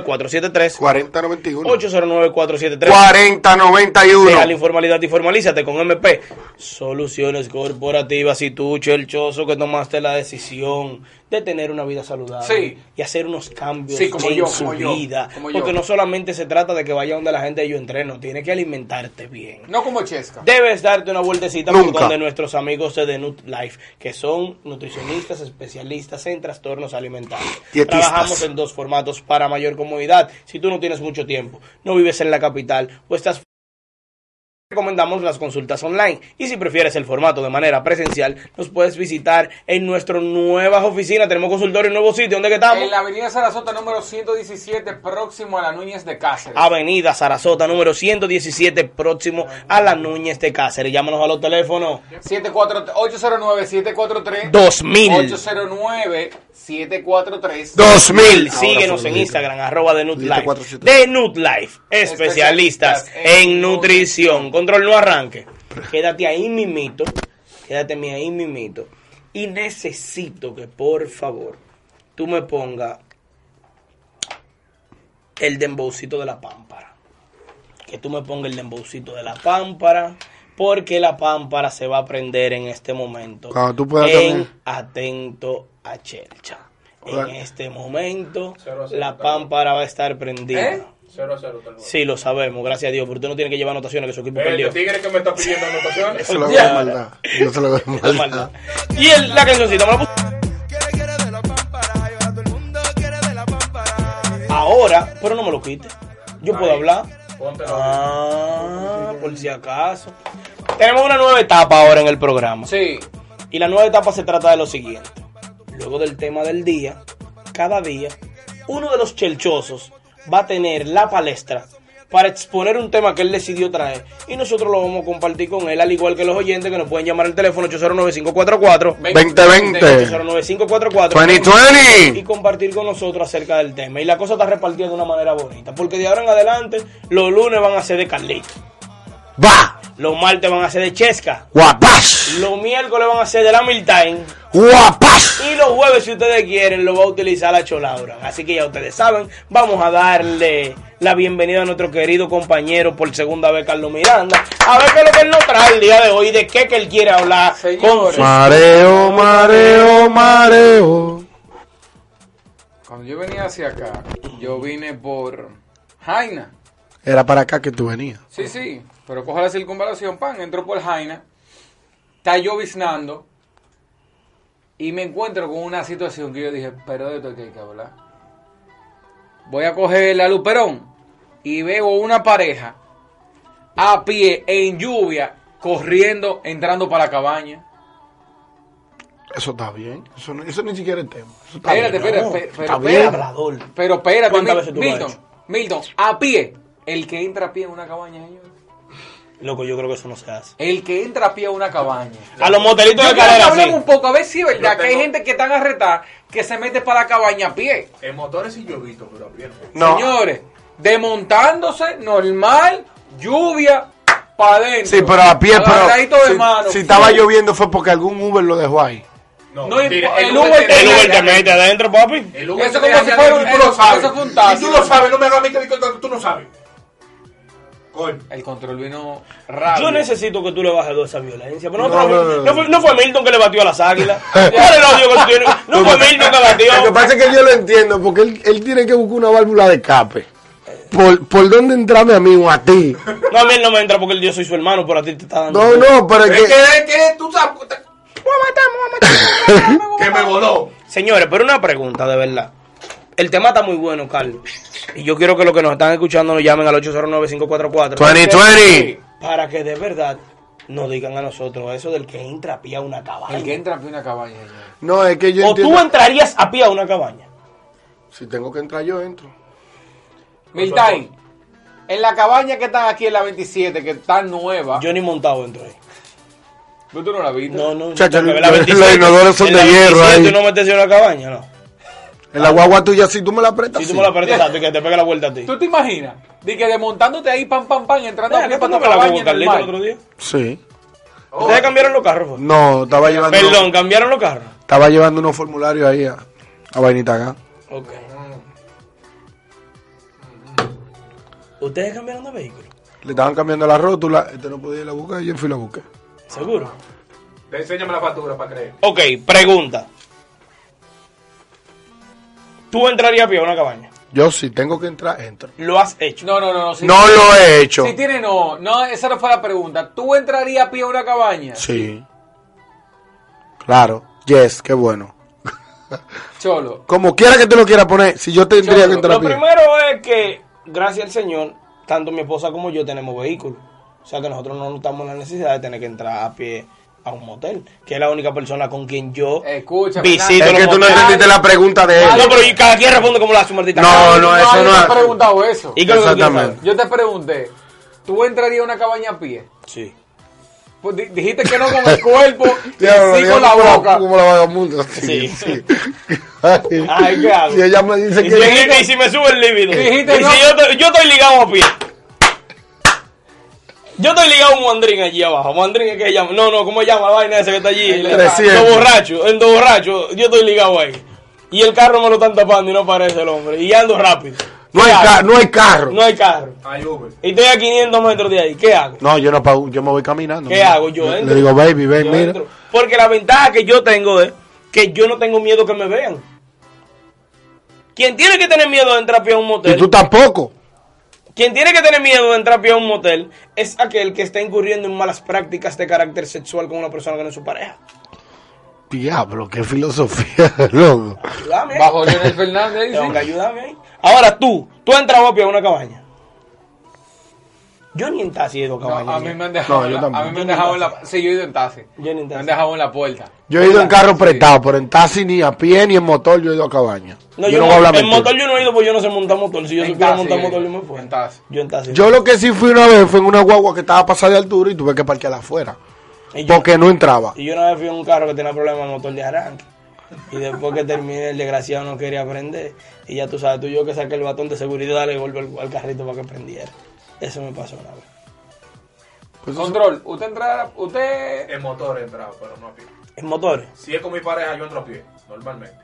S3: 809-473.
S5: 4091.
S3: 809-473.
S5: 4091.
S3: Deja la informalidad y formalízate con MP. Soluciones corporativas y tú, chelchoso, que tomaste la decisión de tener una vida saludable
S7: Sí.
S3: y hacer unos cambios
S7: Sí, como
S3: en
S7: yo,
S3: su
S7: como yo,
S3: vida.
S7: como yo.
S3: porque no solamente se trata de que vaya donde la gente yo entreno, tienes que alimentarte bien.
S7: No como Chesca.
S3: Debes darte una vueltecita por
S5: Nunca.
S3: donde nuestros amigos de The Nut Life, que son nutricionistas especialistas en trastornos alimentarios.
S5: Dietistas.
S3: Trabajamos en dos formatos para mayor comodidad. Si tú no tienes mucho tiempo, no vives en la capital o estás Recomendamos las consultas online y si prefieres el formato de manera presencial, nos puedes visitar en nuestra nueva oficina. Tenemos consultorio en nuevo sitio, ¿dónde que estamos?
S7: En la avenida Sarasota número 117, próximo a la Núñez de Cáceres.
S3: Avenida Sarasota, número 117, próximo a la Núñez de Cáceres. Llámanos a los teléfonos
S7: 74 809-743.
S3: 2000.
S7: 809-743.
S5: 2000.
S3: Síguenos en Instagram, arroba de Nutlife.
S5: 747.
S3: De Nutlife, especialistas en nutrición. Control no arranque. Quédate ahí, mimito. Quédate mi- ahí, mimito. Y necesito que, por favor, tú me pongas el dembowcito de la pámpara. Que tú me pongas el dembowcito de la pámpara. Porque la pámpara se va a prender en este momento.
S5: Cuando tú puedas
S3: en
S5: también.
S3: atento a Chelcha. En
S5: Ahora-
S3: este momento,
S6: Cero a cero,
S3: la
S6: tal vez.
S3: pámpara va a estar prendida.
S7: ¿Eh?
S6: 0 a 0 tal vez.
S3: Sí, lo sabemos, gracias a Dios. Pero usted no tiene que llevar anotaciones que su equipo
S6: El
S3: perdió.
S6: tigre que me está pidiendo anotaciones.
S5: Eso lo veo
S3: Ya.
S5: en maldad. Yo se lo veo en
S3: Es
S5: maldad.
S3: maldad. Y el- la cancioncita, me la puse. Ahora, pero no me lo quite. Yo puedo hablar.
S6: Póntelo.
S3: Ah, por si acaso. Tenemos una nueva etapa ahora en el programa.
S7: Sí.
S3: Y la nueva etapa se trata de lo siguiente. Luego del tema del día, cada día, uno de los chelchosos va a tener la palestra para exponer un tema que él decidió traer. Y nosotros lo vamos a compartir con él, al igual que los oyentes que nos pueden llamar al teléfono 809-544.
S5: 2020.
S3: 809-544 y
S5: 2020.
S3: compartir con nosotros acerca del tema. Y la cosa está repartida de una manera bonita, porque de ahora en adelante los lunes van a ser de Carlito,
S5: Va.
S3: los martes van a ser de Chesca,
S5: Guapas.
S3: los miércoles van a ser de la Miltain,
S5: Guapas.
S3: y los jueves, si ustedes quieren, lo va a utilizar la Cholaura. Así que ya ustedes saben, vamos a darle la bienvenida a nuestro querido compañero por segunda vez, Carlos Miranda. A ver qué es lo que él nos trae el día de hoy, de qué que él quiere hablar.
S7: Señores.
S3: con
S5: Mareo, mareo, Oh, mareo.
S7: Cuando yo venía hacia acá, yo vine por Jaina.
S5: Era para acá que tú venías.
S7: Sí, sí. Pero cojo la circunvalación, pan. Entró por Jaina. Está lloviznando. y me encuentro con una situación que yo dije, pero de esto es que hay que hablar. Voy a coger la Luperón y veo una pareja a pie en lluvia corriendo, entrando para la cabaña.
S5: Eso está bien. Eso, no- eso ni siquiera es tema. Eso está
S7: Espérate,
S5: bien.
S7: espérate,
S5: amor.
S7: espérate,
S5: Está
S7: espérate,
S5: bien.
S7: espérate.
S3: Hablador.
S7: Pero espérate,
S3: ¿Cuántas
S7: Mil-
S3: veces tú lo has
S7: Milton,
S3: hecho?
S7: Milton, a pie. El que entra a pie en una cabaña, señor.
S3: Loco, yo creo que eso no se hace.
S7: El que entra a pie a una cabaña.
S3: A los motelitos
S7: Yo
S3: de
S7: quiero que
S3: carrera,
S7: hablemos un
S3: sí.
S7: poco, a ver si es verdad
S6: Yo
S7: que hay
S6: tengo-
S7: gente que están arretadas que se mete para la cabaña a pie.
S6: En motores sí yo he visto, pero a pie no.
S5: No.
S7: Señores, desmontándose, normal, lluvia, para adentro.
S5: Sí, pero a pie,
S7: Agarradito
S5: pero.
S7: de
S5: si-
S7: mano.
S5: si estaba lloviendo fue porque algún Uber lo dejó ahí.
S7: No, el-
S6: tira-
S7: el Uber
S3: El Uber
S7: Espérate.
S3: te mete adentro, papi.
S6: El Uber te
S7: Eso como
S6: deja
S7: si fuera
S6: adentro
S7: un-
S6: y tú lo
S7: eso-
S6: sabes.
S7: eso fue un taxi.
S6: Y tú lo sabes, no me hagas a mí que digo que tú no sabes. Coño.
S7: El control vino rápido.
S3: Yo necesito que tú le bajes dos a esa violencia. Pero no,
S5: No,
S3: fue-
S5: no, no, no.
S3: no fue, no fue Milton que le batió a las águilas. ¿Cuál es el odio que tú tienes? No fue Milton que
S5: Lo que
S3: batió.
S5: pasa es que yo lo entiendo, porque él, él tiene que buscar una válvula de escape. ¿Por, por dónde entrarme a mí o a ti?
S3: No, a mí él no me entra porque yo soy su hermano, pero a ti te está dando.
S5: No, no, pero es
S6: Es que,
S5: que.
S6: es que tú sabes. puta, Que me voló.
S3: Señores, pero una pregunta de verdad. El tema está muy bueno, Carlos. Y yo quiero que los que nos están escuchando nos llamen al 809-544.
S5: 2020.
S3: Para que de verdad nos digan a nosotros eso del que entra a pie a una cabaña.
S7: El que entra a pie a una cabaña, señor.
S5: No, es que yo
S3: o tú
S5: entiendo.
S3: entrarías a pie a una cabaña.
S5: Si tengo que entrar, yo entro.
S7: Miltain, en la cabaña que están aquí en la 27, que está nueva.
S3: Yo ni montado entro ahí.
S7: ¿Tú no la viste?
S3: No, no.
S5: Chacho,
S3: porque
S5: los- los inodoros son
S3: en
S5: de
S3: la
S5: hierro
S3: 27
S5: ahí.
S3: tú no metes en una cabaña, no.
S5: En la guagua tuya, si tú me la prestas.
S3: Si tú
S5: sí.
S3: me la paredes tanto y que te pega la vuelta a ti.
S7: ¿Tú te imaginas? De que desmontándote ahí, pam, pam, pam, entrando
S3: Mira,
S7: a pie
S3: ¿qué
S7: para
S3: pasó
S7: tu
S3: con la
S7: cabaña
S3: Coco Carlito el
S7: normal.
S3: otro día?
S5: Sí.
S3: Ustedes cambiaron los carros, fue?
S5: Oh. No, estaba llevando.
S3: Perdón, cambiaron los carros.
S5: Estaba llevando unos formularios ahí a, a Vainita acá.
S3: Ok. ¿Ustedes cambiaron de vehículo?
S5: Le estaban cambiando la rótula. Este no podía ir a buscar y yo fui y la busqué.
S3: ¿Seguro?
S6: Enséñame la factura para creer.
S3: Ok, pregunta. ¿Tú entrarías a pie a una cabaña?
S5: Yo, si tengo que entrar, entro.
S3: ¿Lo has hecho?
S7: No, no, no. No, si
S5: No
S7: tiene-
S5: lo he hecho.
S7: Si tiene, no. No, esa no fue la pregunta. ¿Tú entrarías a pie a una cabaña?
S5: Sí. Claro. Yes, qué bueno.
S7: Cholo.
S5: Como quiera que tú lo quieras poner, si yo tendría que
S3: Lo
S5: entrar a pie.
S3: primero es que, gracias al Señor, tanto mi esposa como yo tenemos vehículo. O sea que nosotros no estamos en la necesidad de tener que entrar a pie a un motel, que es la única persona con quien yo
S7: Escucha,
S3: visito
S7: Fernando.
S5: Es
S3: los
S5: que tú no
S3: moteles.
S5: entendiste la pregunta de
S3: Ah, No,
S5: él.
S3: pero y cada quien responde como la hace Martita.
S5: No, no, eso
S7: yo
S5: no
S7: te
S5: es-
S7: he preguntado eso.
S3: ¿Y qué es lo que tú quieres
S5: Exactamente.
S3: saber?
S7: Yo te pregunté, ¿tú entrarías a una cabaña a pie?
S3: Sí.
S7: Pues di- dijiste que no con el cuerpo y
S5: Diablo,
S7: sí
S5: diablo,
S7: con la
S5: como
S7: boca.
S5: Como la vagabunda. Sí.
S3: Sí.
S5: sí. Ay,
S3: Ay, ¿qué hago?
S5: Si ella me dice
S3: Y
S5: que.
S3: si, y si me sube el líbido.
S7: Dijiste,
S3: y
S7: no.
S3: si yo, estoy- yo estoy ligado a pie. Yo estoy ligado a un mandrín allí abajo. Mandrín es que se llama. No, no, ¿cómo se llama la vaina esa que está allí?
S7: El
S3: En
S5: trescientos.
S3: borracho, en dos borracho, yo estoy ligado ahí. Y el carro me lo están tapando y no aparece el hombre. Y ando rápido.
S5: No
S3: ¿Qué
S5: hay,
S3: hago?
S5: ca- no hay carro.
S3: No hay carro.
S6: Ay, Uber.
S3: Y estoy a 500 metros de ahí. ¿Qué hago?
S5: No, yo no pago, yo me voy caminando.
S3: ¿Qué hago? Yo
S5: le,
S3: entro.
S5: le digo, baby, ven,
S3: Yo
S5: mira.
S3: entro. Porque la ventaja que yo tengo es que yo no tengo miedo que me vean. Quien tiene que tener miedo de entrar a pie a un motel.
S5: Y tú tampoco.
S3: Quien tiene que tener miedo de entrar a pie a un motel es aquel que está incurriendo en malas prácticas de carácter sexual con una persona que no es su pareja.
S5: Diablo, qué filosofía, loco.
S3: Ayúdame. ahí.
S7: Bajo Leonel Fernández. ahí,
S3: Tengo que
S7: sí.
S3: ayudarme ahí. Ahora tú, tú has entrado a pie a una cabaña. Yo ni en taxi he ido a
S7: No,
S3: cabaña.
S7: a mí me han dejado,
S5: No, yo
S7: en la- a
S5: tampoco.
S7: mí me han dejado en la... Sí, yo he ido en taxi.
S3: Yo en
S7: Me han
S3: taxi.
S7: dejado en la puerta.
S5: Yo he ido en carro prestado, pero en taxi ni a pie ni en motor yo he ido a cabaña.
S3: No,
S5: yo,
S3: yo
S5: no
S3: no-
S5: voy a hablar
S3: en
S5: mentira.
S3: motor yo no he ido porque yo no sé montar motor. Si yo
S7: En
S3: supiera
S7: taxi,
S3: montar
S7: eh.
S3: motor, yo me fui.
S7: En taxi.
S3: Yo en taxi.
S5: Yo lo que sí fui una vez fue en una guagua que estaba pasada de altura y tuve que parquearla afuera.
S3: Y yo-
S5: Porque no entraba.
S3: Y yo una vez fui a un carro que tenía problemas de motor de arranque. Y después que terminé, el desgraciado no quería aprender. Y ya tú sabes, tú y yo que saqué el batón de seguridad, le golpe al, al carrito para que prendiera. Eso me pasó una vez.
S7: Control, usted entrará... Usted...
S6: En motor he entrado, pero no a pie.
S3: En motores.
S6: Si es con mi pareja, yo entro a pie, normalmente.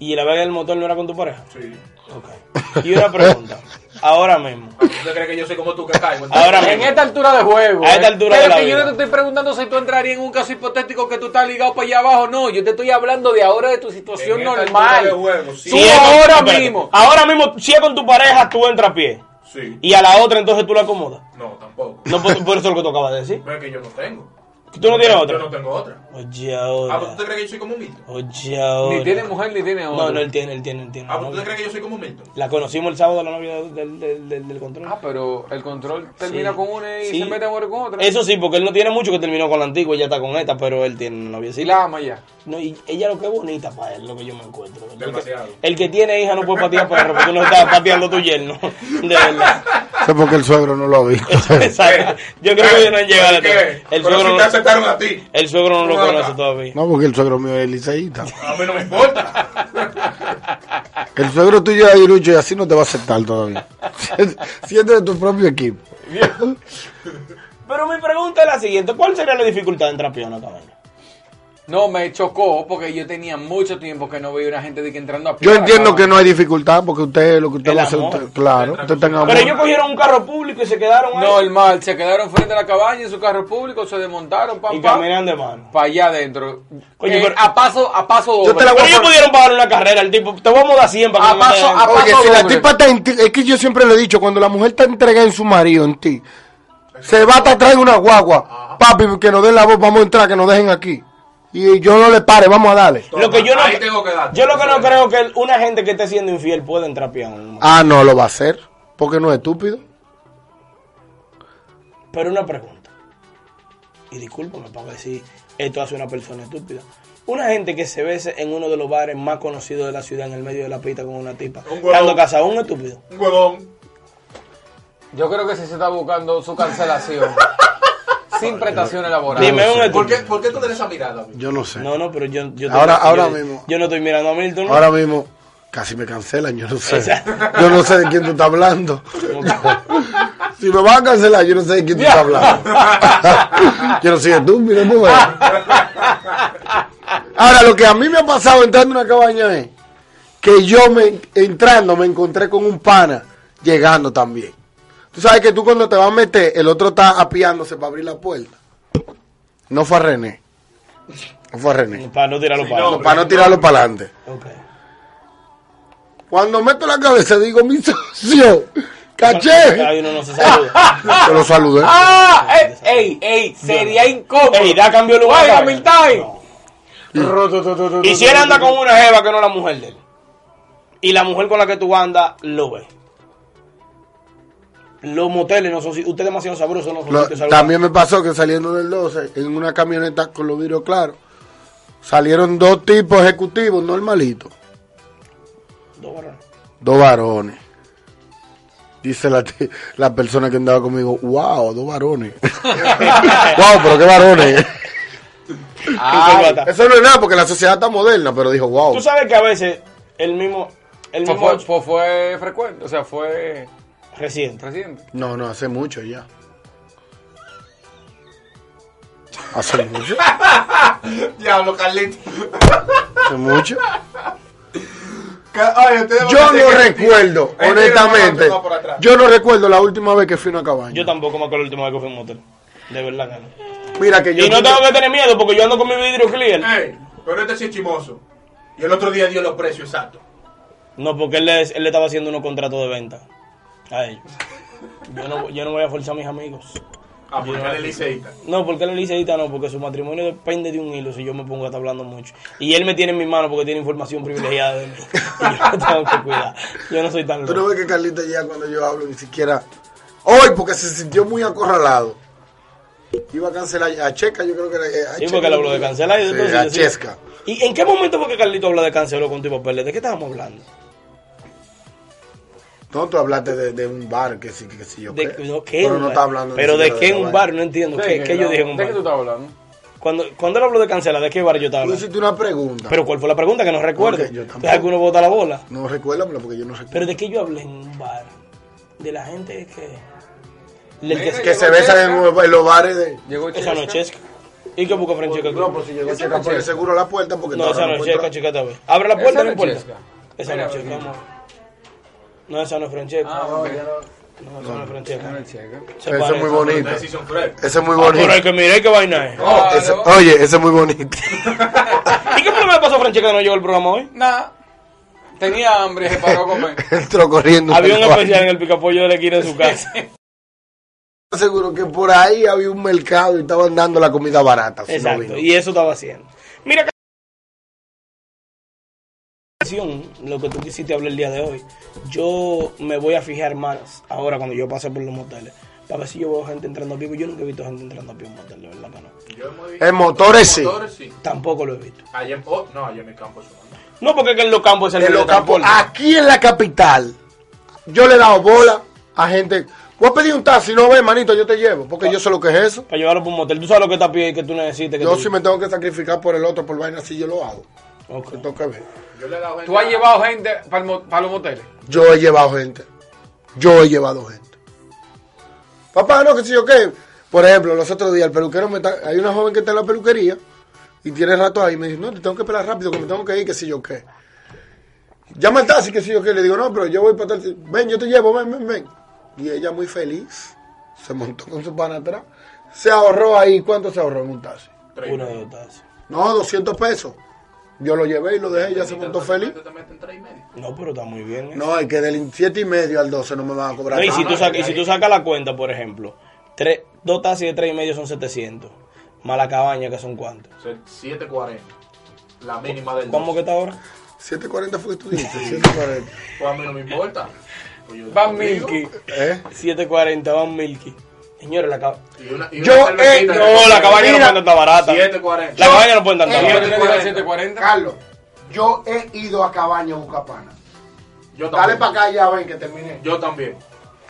S3: Y la vez del motor no era con tu pareja.
S6: Sí.
S3: Ok. Y una pregunta. Ahora mismo.
S6: ¿Usted cree que yo soy como tú que caigo?
S3: Ahora
S7: En
S3: mismo.
S7: esta altura de juego.
S3: A esta
S7: ¿eh?
S3: altura
S7: Pero
S3: de la
S7: que yo
S3: vida.
S7: no te estoy preguntando si tú entrarías en un caso hipotético que tú estás ligado para allá abajo. No, yo te estoy hablando de ahora de tu situación
S6: En esta
S7: normal.
S6: altura de juego, sí.
S7: Tú
S3: Si es Ah, con-
S7: ahora
S3: espérate,
S7: mismo.
S3: Ahora mismo, si es con tu pareja, tú entras a pie.
S6: Sí.
S3: Y a la otra, entonces tú la acomodas.
S6: No, tampoco.
S3: No, por, por eso es lo que tú acabas de decir.
S6: No es que yo no tengo.
S3: Tú no tienes otra.
S6: Yo no tengo otra.
S3: Oye,
S6: Ah, pues
S3: ahora.
S6: tú te crees que yo soy como Milton.
S3: Oye,
S7: Ni
S3: ahora.
S7: tiene mujer ni tiene
S3: No,
S7: hombre.
S3: no, él tiene, él tiene, él tiene.
S6: Ah,
S3: una
S6: pues tú te
S3: novia.
S6: crees que yo soy como Milton.
S3: La conocimos el sábado, la novia del, del, del, del control.
S7: Ah, pero el control termina
S3: Sí.
S7: con una y
S3: Sí.
S7: se mete a jugar con otra.
S3: Eso sí, porque él no tiene mucho que terminó con la antigua, ella está con esta, pero él tiene una novia.
S7: Y la ama ya.
S3: No, y ella lo que es bonita para él, lo que yo me encuentro. El que-
S6: Demasiado.
S3: El que, tiene hija no puede patear perro, porque tú no estás pateando tu yerno. De verdad.
S5: Sé porque el suegro no lo ha visto.
S3: Exacto. Yo creo que ellos no han llegado a
S6: ¿Qué?
S3: El
S6: Pero
S3: suegro,
S6: si te
S3: no,
S6: aceptaron a ti.
S3: el suegro no lo
S6: No, no.
S3: conoce todavía.
S5: No, porque el suegro mío es liceísta.
S6: A mí no me importa.
S5: El suegro tuyo es aguilucho y así no te va a aceptar todavía. Siente de tu propio equipo.
S3: Pero mi pregunta es la siguiente: ¿cuál sería la dificultad en trapear una cabaña?
S7: No, me chocó porque yo tenía mucho tiempo que no veía una gente de que entrando a
S5: Yo
S7: pie a la
S5: entiendo
S7: cama.
S5: que no hay dificultad porque usted lo que usted
S3: El
S5: va a hacer,
S3: amor.
S5: usted- claro, usted está en amor.
S3: Pero ellos cogieron un carro público y se quedaron ahí.
S7: No, el mal, se quedaron frente a la cabaña en su carro público, se desmontaron, pam,
S3: y
S7: pam,
S3: caminan de mano.
S7: para allá adentro.
S3: Coño,
S7: Eh,
S3: pero-
S7: a paso, a paso
S5: Yo te la
S7: doble.
S3: Pero ellos pudieron pagar una carrera, el tipo, te vamos a dar 100 para que
S7: A
S3: no te
S7: paso-
S3: den.
S7: a-
S5: Oye, si la
S7: doble.
S5: tipa te enti- es que yo siempre le he dicho, cuando la mujer te entrega en su marido, en ti, se va a traer una guagua. Papi, que nos den la voz, vamos a entrar, que nos dejen aquí. Y yo no le pare, vamos a darle.
S3: Lo que yo no,
S6: Ahí tengo que darte.
S3: yo lo que no creo que una gente que esté siendo infiel pueda entrar a un
S5: Ah, no, lo va a hacer, porque no es estúpido.
S3: Pero una pregunta. Y discúlpame para decir esto hace una persona estúpida. Una gente que se bese en uno de los bares más conocidos de la ciudad, en el medio de la pista con una tipa,
S6: Un huevón.
S3: estando casado, un estúpido.
S6: Un huevón.
S7: Yo creo que sí se está buscando su cancelación. sin prestaciones laborales.
S3: Dime un
S6: ¿Por qué,
S3: estúpido.
S6: ¿Por qué tú tienes esa mirada? amigo?
S5: Yo no sé.
S3: No, no, pero yo, yo
S5: Ahora-
S3: yo-
S5: ahora
S3: yo-
S5: mismo.
S3: Yo no estoy mirando a Milton. ¿no?
S5: Ahora mismo casi me cancelan, yo no sé.
S3: Exacto.
S5: Yo no sé de quién tú estás hablando. Si me van a cancelar, yo no sé de quién tú estás hablando. Yo no soy estúpido, tú ves. Ahora, lo que a mí me ha pasado entrando en una cabaña es que yo me, entrando me encontré con un pana llegando también. Tú sabes que tú cuando te vas a meter, el otro está apiándose para abrir la puerta. No fue a René. No fue a René.
S3: Para no tirarlo para
S6: no,
S3: abajo.
S5: Para no tirarlo para adelante.
S3: Ok.
S5: Cuando meto la cabeza digo, mi socio, caché.
S3: Ahí uno no se saluda.
S5: Te lo saludé.
S7: ¡Ah! ¡Ey! ¡Ey! ey, sería incómodo.
S3: Ey, da cambio de lugar.
S7: Oiga,
S3: cabrón.
S7: Miltain.
S3: No. Y si él anda con una jeva que no es la mujer de él, y la mujer con la que tú andas lo ve. Los moteles no son si- usted es demasiado sabroso, no son
S5: Lo-
S3: sitios sabrosos.
S5: también me pasó que saliendo del 12, en una camioneta con los vidrios claros, salieron dos tipos ejecutivos normalitos,
S3: Dos varones.
S5: dos varones. Dice la, ti- la persona que andaba conmigo, wow, dos varones. wow, pero qué varones.
S3: Sin corbata.
S5: Eso no es nada porque la sociedad está moderna, pero dijo, wow.
S3: Tú sabes que a veces el mismo, el
S7: Pues Fue,
S3: mismo
S7: fue- fue- fue frecuente, o sea, fue
S3: reciente.
S7: reciente.
S5: No, no, hace mucho ya. Hace mucho.
S6: Diablo, Carlito.
S5: Hace mucho.
S6: Ca- ay, ustedes van a
S5: Yo
S6: tener
S5: no
S6: que-
S5: recuerdo,
S6: Ahí tiene la mano
S5: honestamente.
S6: que va por atrás.
S5: Yo no recuerdo la última vez que fui a una
S3: Yo
S5: cabaña.
S3: tampoco me acuerdo la última vez que fui a un motel. De verdad que no.
S5: Mira que yo.
S3: Y no tengo que tener miedo porque yo ando con mi vidrio clear.
S6: Ey, pero este sí es chimoso. Y el otro día dio los precios exactos.
S3: No, porque él, le- él le estaba haciendo unos contratos de venta a ellos. Yo no, yo no voy a forzar a mis amigos.
S6: Ah, porque él es liceísta.
S3: No, porque él es liceísta no, porque su matrimonio depende de un hilo si yo me pongo a estar hablando mucho. Y él me tiene en mis manos porque tiene información privilegiada de mí. Y yo me tengo que cuidar. Yo no soy tan
S5: Tú no
S3: loco.
S5: ves que Carlita ya cuando yo hablo ni siquiera. Hoy, porque se sintió muy acorralado. Iba a cancelar a Checa, yo creo que era. eh, a
S3: Sí,
S5: Checa.
S3: porque él habló de cancelar y
S5: Sí,
S3: entonces
S5: a
S3: decía-
S5: Chesca.
S3: ¿Y en qué momento fue que Carlito habló de canceló con tu papeles? ¿De qué estábamos hablando?
S5: No, tú hablaste de, de un bar, que sí, que sí, yo.
S3: De,
S5: creo.
S3: no, ¿qué
S5: pero
S3: un
S5: no
S3: bar?
S5: está hablando. ni
S3: Pero de
S5: siquiera
S3: qué un
S5: cabaña.
S3: bar, no entiendo.
S7: Sí,
S3: ¿Qué,
S7: que
S3: qué yo
S7: la-
S3: dije en un
S7: ¿De qué
S3: bar?
S7: tú estás hablando?
S3: Cuando, cuando él habló de cancelar, ¿de qué bar yo estaba
S5: Tú
S3: hablando?
S5: hiciste una pregunta.
S3: Pero ¿cuál fue la pregunta? Que no recuerdo.
S5: yo tampoco.
S3: Entonces alguno bota la bola.
S5: No recuérdamelo porque yo no recuerdo.
S3: Pero ¿de qué yo hablé en un bar? De la gente que... del que-
S5: que se besan en, en los bares de.
S7: Llegó
S3: Esa no es Chesca. ¿Y qué busca Francesca?
S5: No, pues si llegó
S7: Esa
S5: Checa,
S7: no
S5: pone
S7: Chesca.
S5: seguro la puerta porque
S3: No, esa no es
S5: encuentra.
S3: Checa, chica, está bien. Abre la puerta,
S7: Esa
S3: no
S7: no es
S3: importa. Esa no es
S7: Mira,
S3: Checa,
S7: mira.
S3: amor. No, esa no es Francesca.
S7: Ah,
S3: No,
S7: ok.
S3: esa no es Francesca. Se
S5: Eso es
S3: parece.
S5: muy
S6: Pero
S5: bonito.
S6: ustedes sí son fresh.
S5: Eso es muy
S3: Ah,
S5: bonito.
S3: Pero hay que mirar qué vaina es.
S7: Claro.
S5: Ese- oye, eso es muy bonito.
S3: ¿Y qué problema le pasó a Francesca que no llegó el programa hoy?
S7: Nada. Tenía hambre, se paró a comer.
S5: Entró corriendo.
S3: Había un
S5: del baño.
S3: especial en el picapollo de la esquina de su casa.
S5: seguro que por ahí había un mercado y estaban dando la comida barata. si no
S3: Exacto,
S5: vino.
S3: y eso estaba haciendo. Mira que lo que tú quisiste hablar el día de hoy, yo me voy a fijar más ahora cuando yo pase por los moteles. Para ver si yo veo gente entrando a pie, porque yo nunca he visto gente entrando a pie en un motel, de verdad que no.
S6: Yo hemos visto-
S5: En motores sí.
S6: motores, sí.
S3: Tampoco lo he visto.
S6: Allá en, oh, no, allá en mi campo eso no.
S3: No, porque es que en los campos es el
S5: En
S3: medio
S5: los
S3: de
S5: campos, ah.
S3: transporte.
S5: aquí en la capital, yo le he dado bola a gente. Voy a pedir un taxi, no ve, manito, yo te llevo, porque yo sé lo que es eso.
S3: Para llevarlo por un motel. Tú sabes lo que está a pie y que tú necesitas. Que
S5: Yo
S3: tú-
S5: si me tengo que sacrificar por el otro, por vaina, así yo lo hago.
S3: Ok.
S5: Me toca ver.
S6: Yo le he dado gente
S7: ¿Tú has
S6: a-
S7: llevado gente para los moteles?
S5: Yo he llevado gente. Yo he llevado gente. Papá, no, que si yo qué. Por ejemplo, los otros días el peluquero me está... Hay una joven que está en la peluquería y tiene rato ahí. Me dice, no, te tengo que pelar rápido, que me tengo que ir, que si yo qué. Llama al taxi, que si yo qué. Le digo, no, pero yo voy para tal... Ven, yo te llevo, ven, ven, ven. Y ella muy feliz, se montó con su pana atrás. Se ahorró ahí. ¿Cuánto se ahorró en un taxi?
S3: Una de dos tazas.
S5: No, 200 pesos. Yo lo llevé y lo dejé, ella se montó feliz.
S6: Te meten tres y medio.
S3: No, pero está muy bien. ¿eh?
S5: No, es que del 7 y medio al 12 no me van a cobrar
S3: No, y
S5: nada.
S3: si tú, sacas, y si tú sacas la cuenta, por ejemplo, tres, dos taxis de tres y medio son 700. Más la cabaña, que son cuántos.
S6: O sea, 740. La mínima del
S3: ¿Cómo que
S6: doce.
S3: está ahora?
S5: 740 fue que tú dijiste, 740.
S6: Pues a mí no me importa. Pues yo-
S7: Van
S6: digo,
S7: Milky.
S5: ¿Eh?
S3: 740, van Milky. Señores, la cabaña.
S6: y una- y una
S5: Yo, eh,
S6: cervecita
S5: no,
S6: de-
S3: No, la cabaña
S5: Mira,
S3: no puede estar barata.
S6: 7.40.
S3: La cabaña no puede estar
S5: Eh,
S3: barata.
S7: ¿Cuánto te cuesta 740?
S5: Carlos, yo he ido a Cabaña a buscar pana.
S6: Yo
S5: Dale
S6: también.
S5: para acá ya, ven que termine.
S6: Yo también.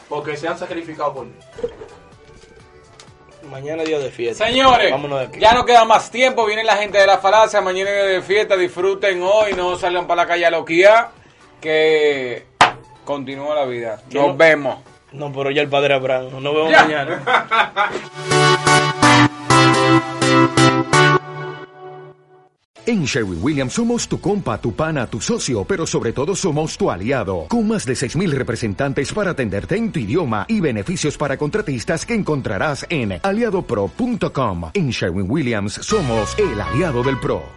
S6: Porque se han sacrificado por mí.
S3: Mañana es día de fiesta.
S7: Señores,
S3: Vámonos de aquí.
S7: ya no queda más tiempo. Viene la gente de la falacia. Mañana es de fiesta. Disfruten hoy. No salgan para la calle a loquía. Que continúa la vida.
S3: Que
S7: Nos
S3: no-
S7: vemos.
S3: No, pero ya el padre Abraham. Nos vemos
S7: Ya.
S3: mañana.
S9: En Sherwin Williams somos tu compa, tu pana, tu socio, pero sobre todo somos tu aliado, con más de 6.000 representantes para atenderte en tu idioma y beneficios para contratistas que encontrarás en aliadopro.com. En Sherwin Williams somos el aliado del PRO.